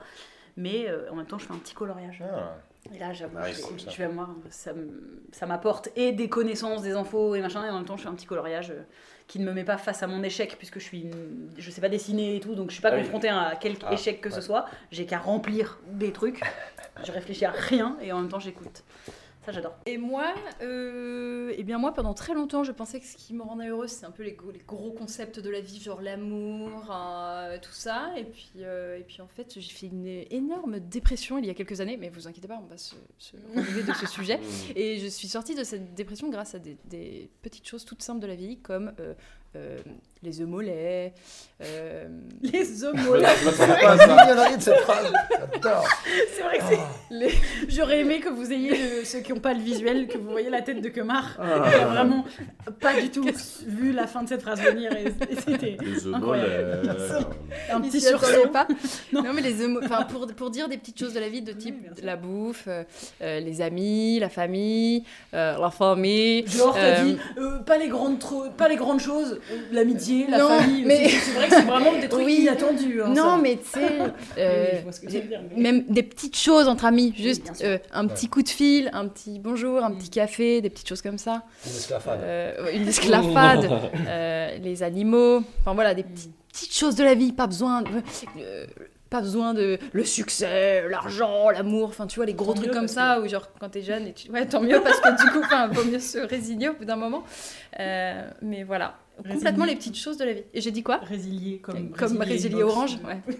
mais euh, en même temps je fais un petit coloriage
Ah,
et là j'avoue
Nice,
je,
cool,
je
ça.
vais voir ça m- ça m'apporte et des connaissances des infos et machin et en même temps je fais un petit coloriage euh, qui ne me met pas face à mon échec puisque je suis une- je sais pas dessiner et tout donc je suis pas
Ah oui.
confrontée à quelque
Ah,
échec que ce
ouais.
soit j'ai qu'à remplir des
(laughs)
trucs je réfléchis à rien et en même temps j'écoute ça j'adore (laughs)
Et moi, euh, eh bien moi, pendant très longtemps, je pensais que ce qui me rendait heureuse, c'est un peu les, go- les gros concepts de la vie, genre l'amour, euh, tout ça. Et puis, euh, et puis en fait, j'ai fait une énorme dépression il y a quelques années, mais vous inquiétez pas, on va se, se relever de ce sujet.
Mm.
Et je suis sortie de cette dépression grâce à des, des petites choses toutes simples de la vie, comme euh, euh, les œufs mollets. euh,
les hommes
Je m'attendais pas
Ah,
à ça.
mignonnerie de cette phrase. J'adore.
C'est vrai que c'est-
Ah.
les- j'aurais aimé que vous ayez, le- ceux qui n'ont pas le visuel, que vous voyez la tête de Kemar.
Ah.
qui a vraiment pas du tout vu la fin de cette phrase venir. Et, et c'était
Les
Incroyable.
omelettes.
un
Il
petit
s'y attendait
sursaut.
pas.
(laughs) Non.
non. (laughs) mais les émo- enfin pour pour dire des petites choses de la vie de type
bien sûr.
la bouffe, euh, euh, les amis, la famille, euh, la famille.
Genre, t'as
euh,
dit, euh, pas, les grandes tro- pas les grandes choses, euh, l'amitié, la
Non,
famille.
mais-
C'est c'est vrai que c'est vraiment des trucs
Oui.
inattendus. hein,
non
ça.
mais tu sais euh,
(laughs) Oui, je vois ce que tu veux dire, mais-
même des petites choses entre amis, juste
bien sûr.
euh, un petit coup de fil, un petit bonjour, un
Mm.
petit café, des petites choses comme ça.
Une esclafade.
Euh,
(laughs)
une esclafade,
(laughs)
euh, les animaux, enfin voilà des petites, petites choses de la vie, pas besoin euh, pas besoin de le succès, l'argent, l'amour, enfin tu vois les gros
Tant
trucs
mieux,
comme
parce
ça où genre quand t'es jeune et tu ouais tant mieux parce que du coup enfin vaut mieux se résigner au bout d'un moment. Euh, mais voilà,
Résigner.
complètement les petites choses de la vie. Et j'ai dit quoi
Résilier comme,
Comme résilier
box.
orange,
(laughs)
ouais.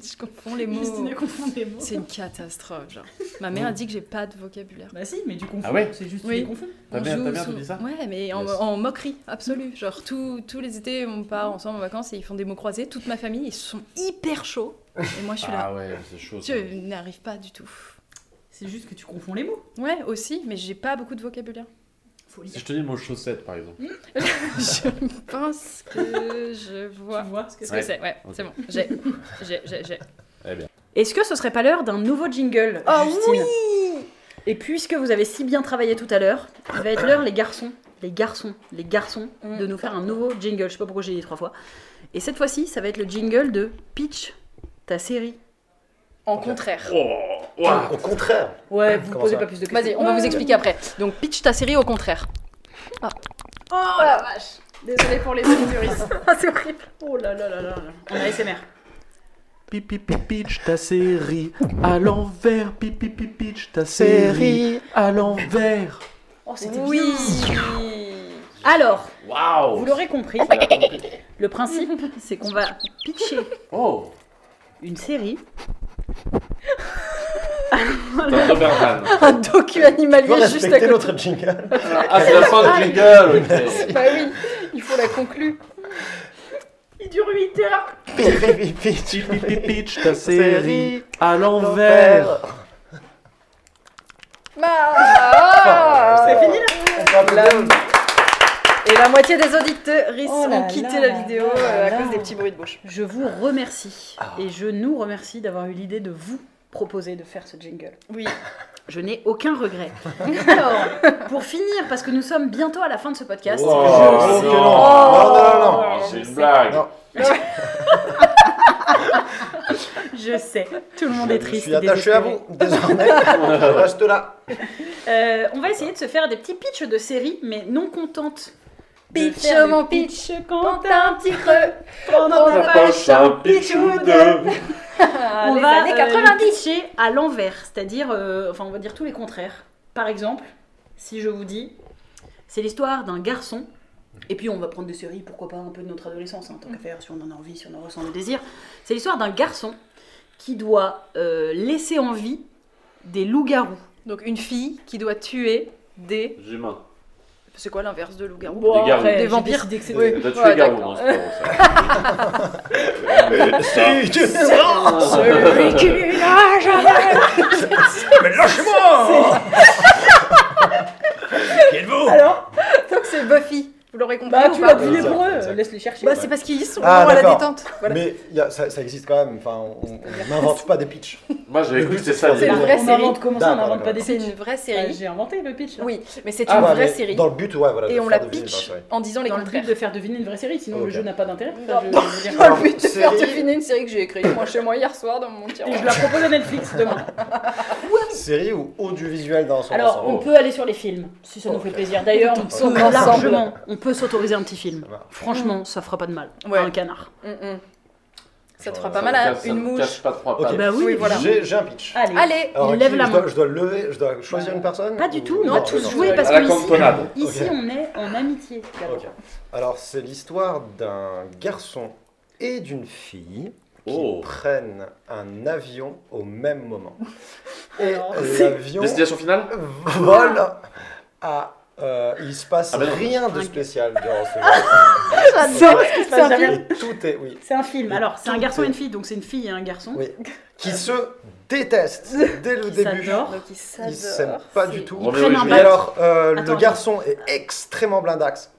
Je confonds les mots.
Justine confond les mots.
C'est une catastrophe, genre. Ma mère a dit que j'ai pas de vocabulaire.
Bah si, mais du confonds.
Ah ouais
C'est juste
Oui.
du confond.
Ta
On
mère-
joue
ta mère te
sous-
dit ça
Ouais, mais en,
Yes.
en moquerie absolue. Genre, tous tous les étés, on part ensemble en vacances et ils font des mots croisés. Toute ma famille, ils sont hyper chauds. Et moi, je suis là.
Ah ouais, c'est chaud. ça.
Je n'arrive pas du tout.
C'est juste que tu confonds les mots.
Ouais, aussi, mais j'ai pas beaucoup de vocabulaire.
Faut
Si
lire.
je te dis le mot chaussette par exemple.
je pense que je vois.
Tu vois ce que
Ce
c'est.
que c'est,
Ouais.
ouais, c'est bon. J'ai, j'ai, j'ai, j'ai.
Eh bien.
Est-ce que ce serait pas l'heure d'un nouveau jingle
Oh
Ah oui Et puisque vous avez si bien travaillé tout à l'heure, il va être l'heure, les garçons, les garçons, les garçons, de nous faire un nouveau jingle. Je sais pas pourquoi j'ai dit trois fois. Et cette fois-ci, ça va être le jingle de Pitch, ta série.
En contraire.
Oh Ouah.
Au contraire.
Ouais, vous
Comment
posez
ça
pas plus de questions. Mm.
Vas-y, on va vous expliquer après. Donc, pitch ta série au contraire.
Oh la vache Désolée pour les sponsoristes. c'est horrible. Oh là là là là. là. On a ASMR.
Pipi pitch ta série à l'envers. Pipi pitch ta série à l'envers.
Oh, c'était oui. Alors, vous
Waouh
l'aurez compris, le principe, c'est qu'on va pitcher
Oh
une
(laughs)
série,
Dr. Bergman.
(laughs)
Un docu
Tu dois
animalier juste à
respecter
côté.
notre jingle.
Ah, c'est la fin du jingle
(laughs)
ok.
Bah oui, il faut la conclure.
Il dure 8 heures.
Pipi, pipi,
Pipi
pipi.
pitch ta
série
série à l'envers.
C'est fini là
Et la moitié des auditeurs
Oh là
ont quitté la
là là
vidéo
là
euh, à
là.
cause des petits bruits de bouche.
Je vous remercie
Ah.
et je nous remercie d'avoir eu l'idée de vous proposer de faire ce jingle.
Oui.
Je n'ai aucun
(laughs)
regret. Alors, pour finir, parce que nous sommes bientôt à la fin de ce podcast,
Wow.
Oh,
Oh, non.
non. non, non, non, non.
Oh, c'est une blague.
Non.
je, je sais, tout le monde est
Je
triste.
suis
et
attaché à
désespéré.
vous, désormais. Reste là.
Euh, on va essayer de se faire des petits pitchs de séries, mais non contentes. de
Pitch,
faire des
mon pitch,
pitchs
Quand
contentes.
t'as un petit creux,
Pendant la poche, un
pitch
ou
deux.
Ah,
on
les
va
années
euh,
90.
les pitcher à l'envers, c'est-à-dire, euh, enfin, on va dire tout les contraires. Par exemple, si je vous dis, c'est l'histoire d'un garçon, et puis on va prendre des séries, pourquoi pas un peu de notre adolescence, hein, tant qu'à faire, si on en a envie, si on en ressent le désir. C'est l'histoire d'un garçon qui doit euh, laisser en vie des loups-garous.
Donc une fille qui doit tuer des...
J'humain.
C'est quoi l'inverse de loup-garou
Des garous.
Des
j'ai
vampires.
décidé que c'était-
Oui.
T'as tué
Ouais,
Garou,
d'accord.
non,
(laughs)
c'est
Si, tu- Non,
Celui qui l'a jamais-
Mais lâchez-moi Qui êtes-vous
Alors Donc c'est Buffy, vous l'aurez compris
Bah,
ou
tu
pas
l'as deviné
Exact,
pour eux,
exact.
laisse-les chercher.
Bah c'est parce qu'ils sont
Ah,
à la
d'accord.
détente. Voilà.
Mais y a- ça, ça existe quand même, enfin, on on n'invente pas des pitchs.
Moi j'avais cru que c'était ça. l'idée.
C'est
(laughs) la vraie
on
série.
invente comment ça, on
D'accord,
n'invente pas des
d'accord.
C'est une
pitchs.
vraie
Ouais,
série.
J'ai inventé le pitch. là.
Oui, mais c'est
Ah,
une
ouais,
vraie
mais
série.
Dans le but, ouais, voilà.
Et
de
on la
faire deviner
pitch
par le
en disant les
Dans le but
contraires.
de faire deviner une vraie série, sinon le
Ok.
jeu n'a pas d'intérêt. Enfin,
Non.
je- je veux dire-
Dans le but de
Série.
faire deviner une série que j'ai écrite moi chez moi hier soir dans mon
Et je
tiroir.
la propose à Netflix demain.
Série ou audiovisuel dans son
Alors,
ensemble
on peut aller sur les films, si
Oh,
ça nous fait plaisir. D'ailleurs, on
son
peut
ensemble.
largement, on peut s'autoriser un petit film.
Ça marche.
Franchement, ça fera pas de mal.
Mm. Ouais.
à Un canard.
Mm, mm. Ça te
Genre,
fera
Oh, ça
pas
Ça
mal
me
à
cache- ça
une
me
mouche.
cache pas trois
Ok.
pattes.
Bah oui,
Oui, voilà.
J'ai j'ai un pitch.
Allez.
Allez
Alors,
Il lève
qui-
la
je dois-
main. Bah,
Je dois le lever, je dois choisir une personne
Pas du
ou-
tout, on
Non,
va
non,
tous
non,
jouer
non,
parce
à la
que ici,
cantonade.
ici,
Ok.
on est en amitié. d'abord.
Ok. Alors, c'est l'histoire d'un garçon et d'une fille
Oh.
qui prennent un avion au même
(laughs)
moment. Et
Alors,
l'avion
Destination finale
vole à... euh, il se passe
Ah, bah non.
rien de spécial durant
(laughs)
ce vol.
C'est un film.
Tout est... Oui.
C'est un film. Alors, c'est un garçon et une fille, donc c'est une fille et un garçon.
Oui. Qui se détestent dès le
Ils
début.
s'adorent.
Donc ils
Ils s'aiment
s'adorent.
pas
C'est-
du tout.
Ils
Roméo
prennent
et
un
Et
Juliette.
bateau.
alors, euh,
Attends.
le garçon est extrêmement blindax.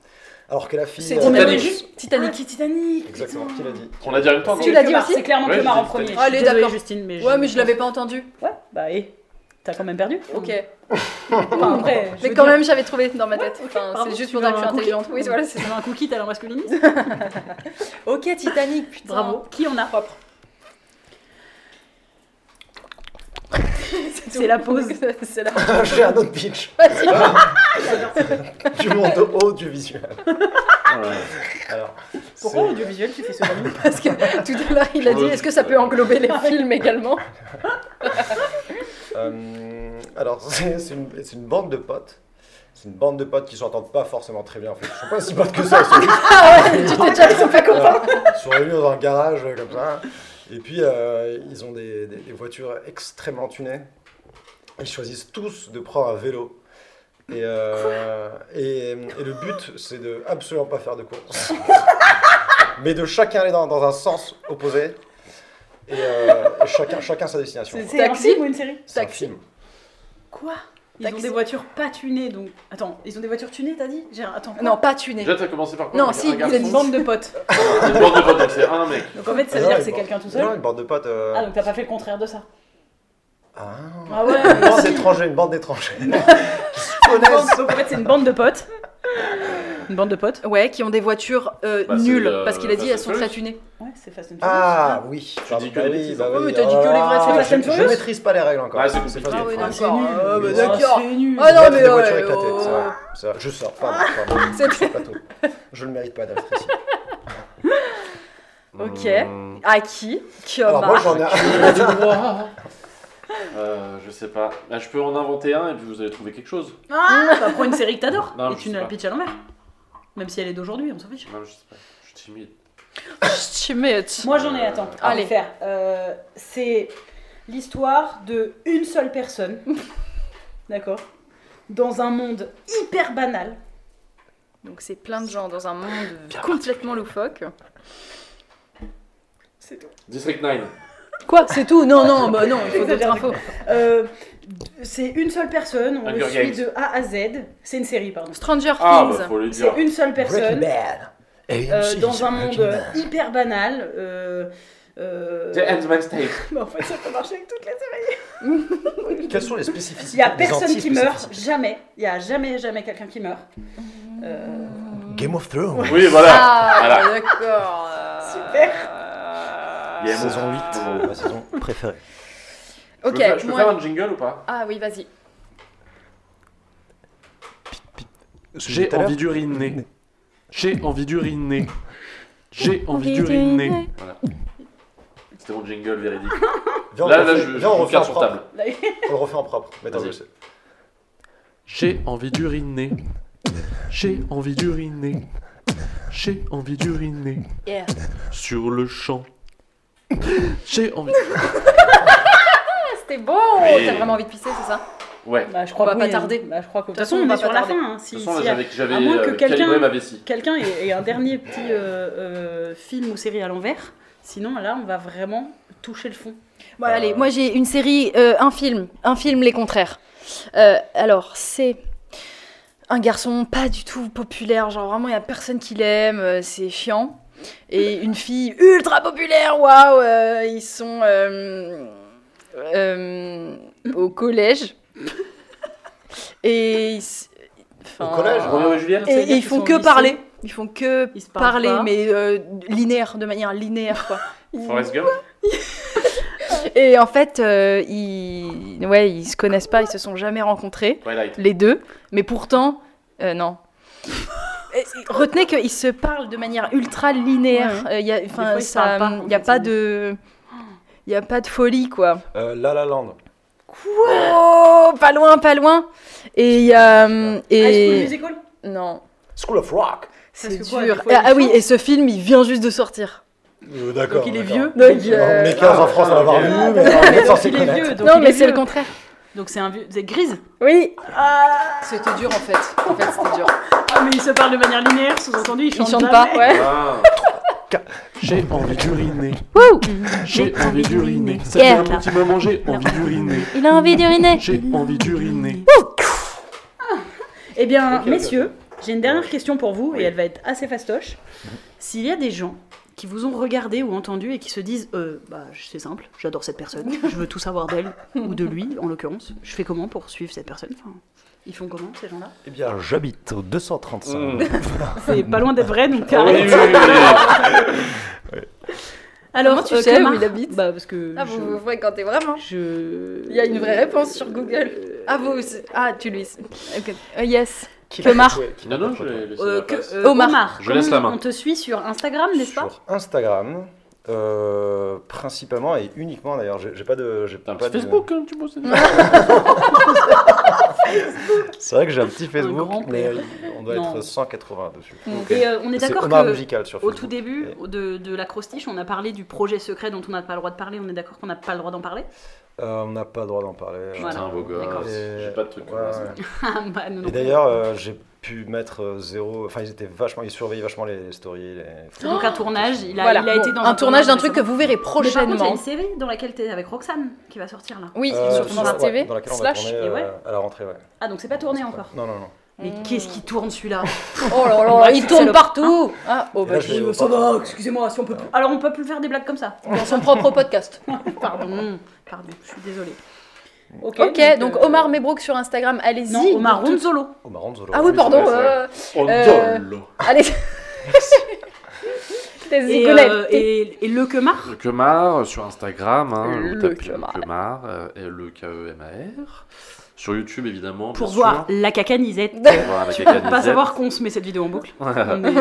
Alors que la fille.
C'est
euh,
Roméo
Titanic.
et Juliette. Titanic.
Titanic.
Exactement, qui l'a dit (laughs)
On l'a dit en même temps, non
Tu l'as dit aussi
C'est clairement
Ouais,
que Clemar
j'ai
en
dit
premier.
Titanic.
Je suis
Allez,
désolée,
d'accord.
Justine, mais
Ouais, mais je l'avais pas entendu.
Ouais, bah et t'as quand même perdu.
Ok.
Enfin, après, je
Mais
veux
quand
dire-
même, j'avais trouvé dans ma tête. Enfin,
Pardon,
c'est juste
tu
pour
veux
dire que je suis
un cookie
intelligente. Oui, voilà,
Tu
c'est
veux un cookie, t'as l'air (laughs) masculiniste
Ok, Titanic, putain.
Bravo. Qui en
(laughs)
a
Propre.
(laughs) C'est la pause.
c'est la
J'ai un autre pitch. (laughs) du monde haut du visuel.
Ah,
Alors,
Pourquoi
c'est-
audiovisuel tu fais ce ami
Parce que (laughs) tout à l'heure, il a dit est-ce que ça peut englober les films également
euh, alors (laughs) c'est c'est une, c'est une bande de potes. C'est une bande de potes qui s'entendent pas forcément très bien. En fait. Ils sont pas si potes que ça. Ils sont juste
Ah Tu t'es déjà fait pas compris.
Voilà. Ils sont réunis dans un garage euh, comme ça. Et puis, euh, ils ont des, des- des voitures extrêmement tunées. Ils choisissent tous de prendre un vélo. Et, euh, et, et le but, c'est de absolument pas faire
(laughs)
de course. Mais de chacun aller dans, dans un sens opposé. Et, euh, et chacun, chacun sa destination.
C'est
quoi.
c'est un
Taxi
film ou une série
C'est un
taxi.
film.
Quoi Ils ont
Taxi.
des voitures pas tunées donc. Attends, ils ont des voitures tunées t'as dit J'ai- Attends. quoi
Non, pas tuné.
Déjà, t'as commencé par quoi
Non,
Un
si,
garçon
il a
Une bande de potes.
Une bande de potes, donc c'est un mec.
Donc en fait, ça
Ah
veut
non,
dire que
une
c'est
bande-
quelqu'un tout
Non,
seul
une bande de potes. euh,
Ah donc t'as pas fait le contraire de ça.
ah,
Ah ouais.
une bande d'étrangers, une bande d'étrangers. qui se
(laughs) Donc
connaissent.
donc, en fait, c'est une bande de potes. Une bande de potes
Ouais, qui ont des voitures euh,
Bah, c'est,
nulles,
euh,
parce qu'il a
Fast
dit elles
and
sont
Furious.
flatunées.
Ouais, c'est Fast and Furious.
Ah oui, tu
dis que les bêtises, hein.
Ouais, mais
Ah,
t'as dit que les vrais, c'est Fast and
Je
Furious.
maîtrise pas les règles encore.
Ah, c'est compliqué.
pas-
Ah oui,
enfin,
non,
c'est-
Ah,
nul.
bah,
Oui,
d'accord.
c'est nul.
Ah non,
Mettre
mais
des
ouais,
voitures éclatées,
oh.
c'est vrai, c'est vrai. Je sors, pardon,
Ah. (laughs)
pardon. je suis pas tôt. Je ne mérite pas d'être ici.
Ok.
Mmh.
À qui Qui
Alors moi j'en ai un.
Euh, je sais pas. Bah, je peux en inventer un et puis vous allez trouver quelque chose.
Ah, bah, prends une série que t'adores et
Non, je
tu
sais
ne la
pas.
pitches à l'envers. Même si elle est d'aujourd'hui, on s'en fiche.
Non, je sais pas. Je suis timide.
(laughs)
Moi j'en ai, attends. on va
Allez.
faire. Euh, c'est l'histoire de une seule personne, (laughs) d'accord, dans un monde hyper banal,
Donc c'est plein de gens dans un monde complètement loufoque.
District 9.
Quoi C'est tout Non, non, bah non, il faut d'autres
Exagère.
infos.
Euh, c'est une seule personne, on le
Hunger
suit
Games.
de A à Z. C'est une série, pardon.
Stranger
Ah,
Things.
bah faut le
C'est
dire.
une seule personne
Bad.
euh, dans un monde hyper banal. euh, euh,
The Handmaid's Tale.
(laughs) mais en fait, ça peut marcher avec toutes les séries.
Quelles sont les
Il
spécificités
n'y a
des
personne qui meurt,
anti-spécificités
jamais. Il n'y a jamais, jamais quelqu'un qui meurt.
Mmh.
Euh,
Game of Thrones.
Oui, voilà.
Ah,
Voilà.
d'accord. euh,
Super.
euh,
Game of-
Saison 8, ma saison préférée.
Je peux faire-
Ok,
je peux
moi-
faire un jingle ou pas
Ah oui, vas-y.
J'ai envie d'uriner. J'ai envie d'uriner. J'ai envie d'uriner. Voilà. C'était mon jingle véridique.
Viens, on
Là,
refait-
là, je, je
viens, on
vous
refait en
carte sur
propre.
table.
On le refait en propre. Mais attends,
Vas-y.
je sais.
J'ai envie d'uriner. J'ai envie d'uriner. J'ai envie d'uriner.
Yeah.
Sur le champ. J'ai envie.
Ah, C'était bon
Oui.
T'as vraiment envie de pisser, c'est ça
Ouais. De
bah, je crois
va
qu'on
pas
est-
tarder.
bah, je crois que- De
toute façon, on
on
va
est
pas
sur la
tarder.
fin. hein, si-
toute façon,
si-
là, j'avais j'avais,
à moins que
euh,
quelqu'un-
calibré ma vessie.
Quelqu'un ait, ait un dernier petit euh, euh, film ou série à l'envers. Sinon, là, on va vraiment toucher le fond.
Bon,
Euh.
allez, moi j'ai une série, euh, un film, un film les contraires. Euh, alors, c'est un garçon pas du tout populaire, genre vraiment il y a personne qui l'aime, euh, c'est chiant. Et une fille ultra populaire, waouh, euh, ils sont euh, euh, au collège. Et ils, s- enfin,
Au collège, hein.
Roméo et Juliette
et,
C'est-à-dire
et ils
qu'ils
font
sont
que
au lycée.
parler. Ils font que
Ils se parlent
parler,
pas.
mais euh, linéaire, de manière linéaire quoi.
Forrest Gump
Et en fait, euh, ils... Ouais, ils se connaissent pas, ils se sont jamais rencontrés,
Twilight.
les deux. Mais pourtant, euh,
(laughs)
non. Et- et Retenez qu'ils se parlent de manière ultra linéaire.
Ouais,
Euh, y a-
fois,
Enfin,
ils se parlent pas,
ça,
en
il y a
fait,
pas
c'est-
de, il y a pas de folie quoi.
Euh, La La Land.
Oh, pas loin, pas loin. Et il y a,
Ah,
hum,
High School
et
Musical
non,
School of Rock.
c'est
que
dur.
quoi, des fois, il y a
ah
des
ah oui,
chances.
et ce film, il vient juste de sortir.
Euh, D'accord.
Donc il est
d'accord.
vieux.
Donc,
On
euh,
est 15 en France à l'avoir
Ah, d'accord.
vu, mais on est
Donc,
censé
il est
connaître.
vieux. Donc,
non,
il
mais
est
c'est le
vieux.
contraire.
Donc c'est un vieux. C'est grise.
Oui.
C'était dur en fait.
En fait, c'était dur.
Ah, mais ils se parlent de manière linéaire, sous-entendu, ils
Ils
chantent,
chantent pas.
jamais.
Ouais.
Ah. J'ai envie d'uriner.
Wouh
J'ai envie d'uriner. Ça
Yeah.
fait un petit moment, j'ai envie d'uriner.
Il a envie d'uriner.
J'ai envie d'uriner.
Eh bien,
Ok, ok.
messieurs, j'ai une dernière question pour vous
Oui.
et elle va être assez fastoche. S'il y a des gens qui vous ont regardé ou entendu et qui se disent euh, bah, c'est simple, j'adore cette
(laughs)
personne, je veux tout savoir d'elle ou de lui en l'occurrence, je fais comment pour suivre cette personne Enfin, Ils font comment ces gens-là
Eh bien, j'habite au 235.
Mm.
C'est pas loin d'être vrai donc
Ah Oui, oui,
arrête.
oui, oui.
Alors,
Comment tu
euh,
sais où
Clamart
il habite
Bah, parce que.
Ah,
je-
vous vous fréquentez vraiment
je...
Il y a une vraie réponse sur Google.
Euh, ah,
Ah, vous aussi. Ah, tu lui. ok. Euh, yes.
Qui
Clamart.
l'a fait Qui l'a
Non, non,
fait
je l'ai laissé
euh,
la
que,
place.
euh,
Omar.
Omar,
Je laisse la main.
on te suit sur Instagram, n'est-ce pas
Sur Instagram, euh, principalement et uniquement d'ailleurs. J'ai j'ai pas de. j'ai
T'as un
pas
petit
de-
Facebook, hein, tu bosses.
C'est vrai que j'ai un petit Facebook,
grand
mais
père.
euh, on doit
Non.
être 180 dessus.
Et euh, on est
C'est
d'accord
Omar
que
Musical sur
Au
Facebook.
tout début de, de la crostiche, on a parlé du projet secret dont on n'a pas le droit de parler. On est d'accord qu'on n'a pas le droit d'en parler (laughs)
Euh, on n'a pas le droit d'en parler.
Voilà.
Putain, beau
D'accord.
gosse.
Et-
J'ai pas de truc comme
Ouais,
ça.
ouais.
Ah, bah, nous non
Et
plus.
d'ailleurs, euh, j'ai pu mettre euh, zéro. Enfin, ils étaient vachement. Ils surveillaient vachement les, les stories. Les...
C'est donc un tournage. Il a,
Voilà.
il a
Bon,
été dans
un tournage d'un truc que
récemment.
vous verrez
Mais par contre, il y a
prochainement.
une série dans laquelle tu es avec Roxane qui va sortir là.
Oui,
Euh,
sur
sur-
France
ouais,
TV.
dans laquelle on va
slash.
tourner
et ouais.
euh, à la rentrée, ouais.
Ah, donc c'est pas tourné encore.
Non, non, non.
Mais qu'est-ce qui tourne celui-là
Oh là
Ouais,
là,
c'est
il
une
tourne
salope.
partout. (laughs) Ah, (laughs) oh,
Et
bah,
là, je vais au parc.
excusez-moi, si on peut plus- Alors on peut plus faire des blagues comme ça.
(laughs) dans son propre podcast.
Pardon, pardon, je suis désolée. Ok,
Ok, donc
euh,
Omar Mebrook sur Instagram, allez-y.
Non, Omar
de toute-
Ronzolo.
Au marron Zolo.
Ah oui, pardon.
Ouais,
euh,
Ondol.
Allez. T'es
Et,
zigonette.
euh, et, et Le Quemar.
Le Kemar euh, sur Instagram, hein,
Le
vous tapez
Kemar.
le Kemar, euh, et le K-E-M-A-R. Sur YouTube, évidemment.
Pour
bien
voir (laughs)
sûr.
la cacanisette.
Pour voir la
Tu peux
cacanisette.
pas
(laughs)
savoir qu'on se met cette vidéo en boucle. on, est-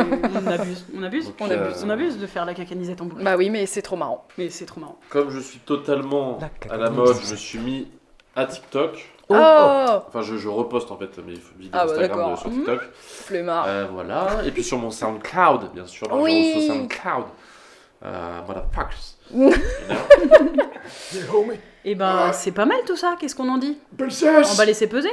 on abuse, on abuse,
Euh. Donc,
on
euh,
abuse, on abuse de faire la cacanisette en boucle.
Bah oui, mais c'est trop marrant.
Mais c'est trop marrant.
Comme je suis totalement
La
à la mode, je me suis mis à TikTok.
Oh,
Enfin, je, je reposte en fait mes vidéos
Ah bah
Instagram
d'accord.
de-
Hmm.
sur TikTok.
Ah.
flemmard.
Euh, voilà. Et puis sur mon SoundCloud, bien sûr. Moi,
Oui.
Je reçois SoundCloud. Euh, motherfuckers.
Et ben c'est pas mal tout ça, qu'est-ce qu'on en dit On va laisser peser.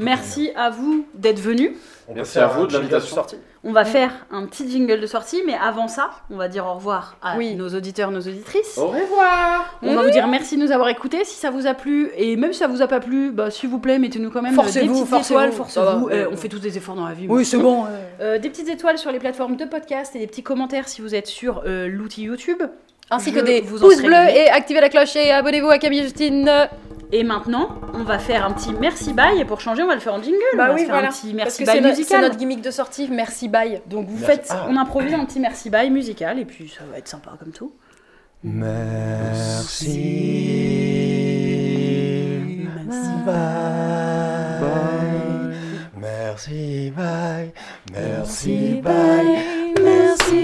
Merci à vous d'être venus.
On
Merci
peut faire
à vous
un
de
jingle
l'invitation.
sortie.
On va faire un petit jingle de sortie, mais avant ça, on va dire au revoir à
Oui.
nos auditeurs, nos auditrices.
Au revoir.
On va vous dire merci de nous avoir écoutés. Si ça vous a plu, et même si ça vous a pas plu, bah, s'il vous plaît, mettez-nous quand même euh,
Forcez-vous,
des petites
forcez-vous,
étoiles.
ça va,
Forcez-vous.
ouais,
Euh,
ouais.
on fait tous des efforts dans la vie. mais-
Oui, c'est bon.
Euh, des petites étoiles sur les plateformes de podcast et des petits commentaires si vous êtes sur euh, l'outil YouTube.
Ainsi
Je
que des
vous en
pouces
serai
bleus
béni.
et activez la cloche et abonnez-vous à Camille Justine. euh,
Et maintenant, on va faire un petit merci bye et pour changer, on va le faire en jingle. on va se faire un petit
Bah Parce
merci
que c'est
bye
no- c'est
musical.
notre gimmick de sortie. Merci,
(coughs)
bye.
Donc vous
Merci.
faites,
Ah.
on improvise un petit merci bye musical et puis ça va être sympa comme tout.
Merci, bye. Merci, bye.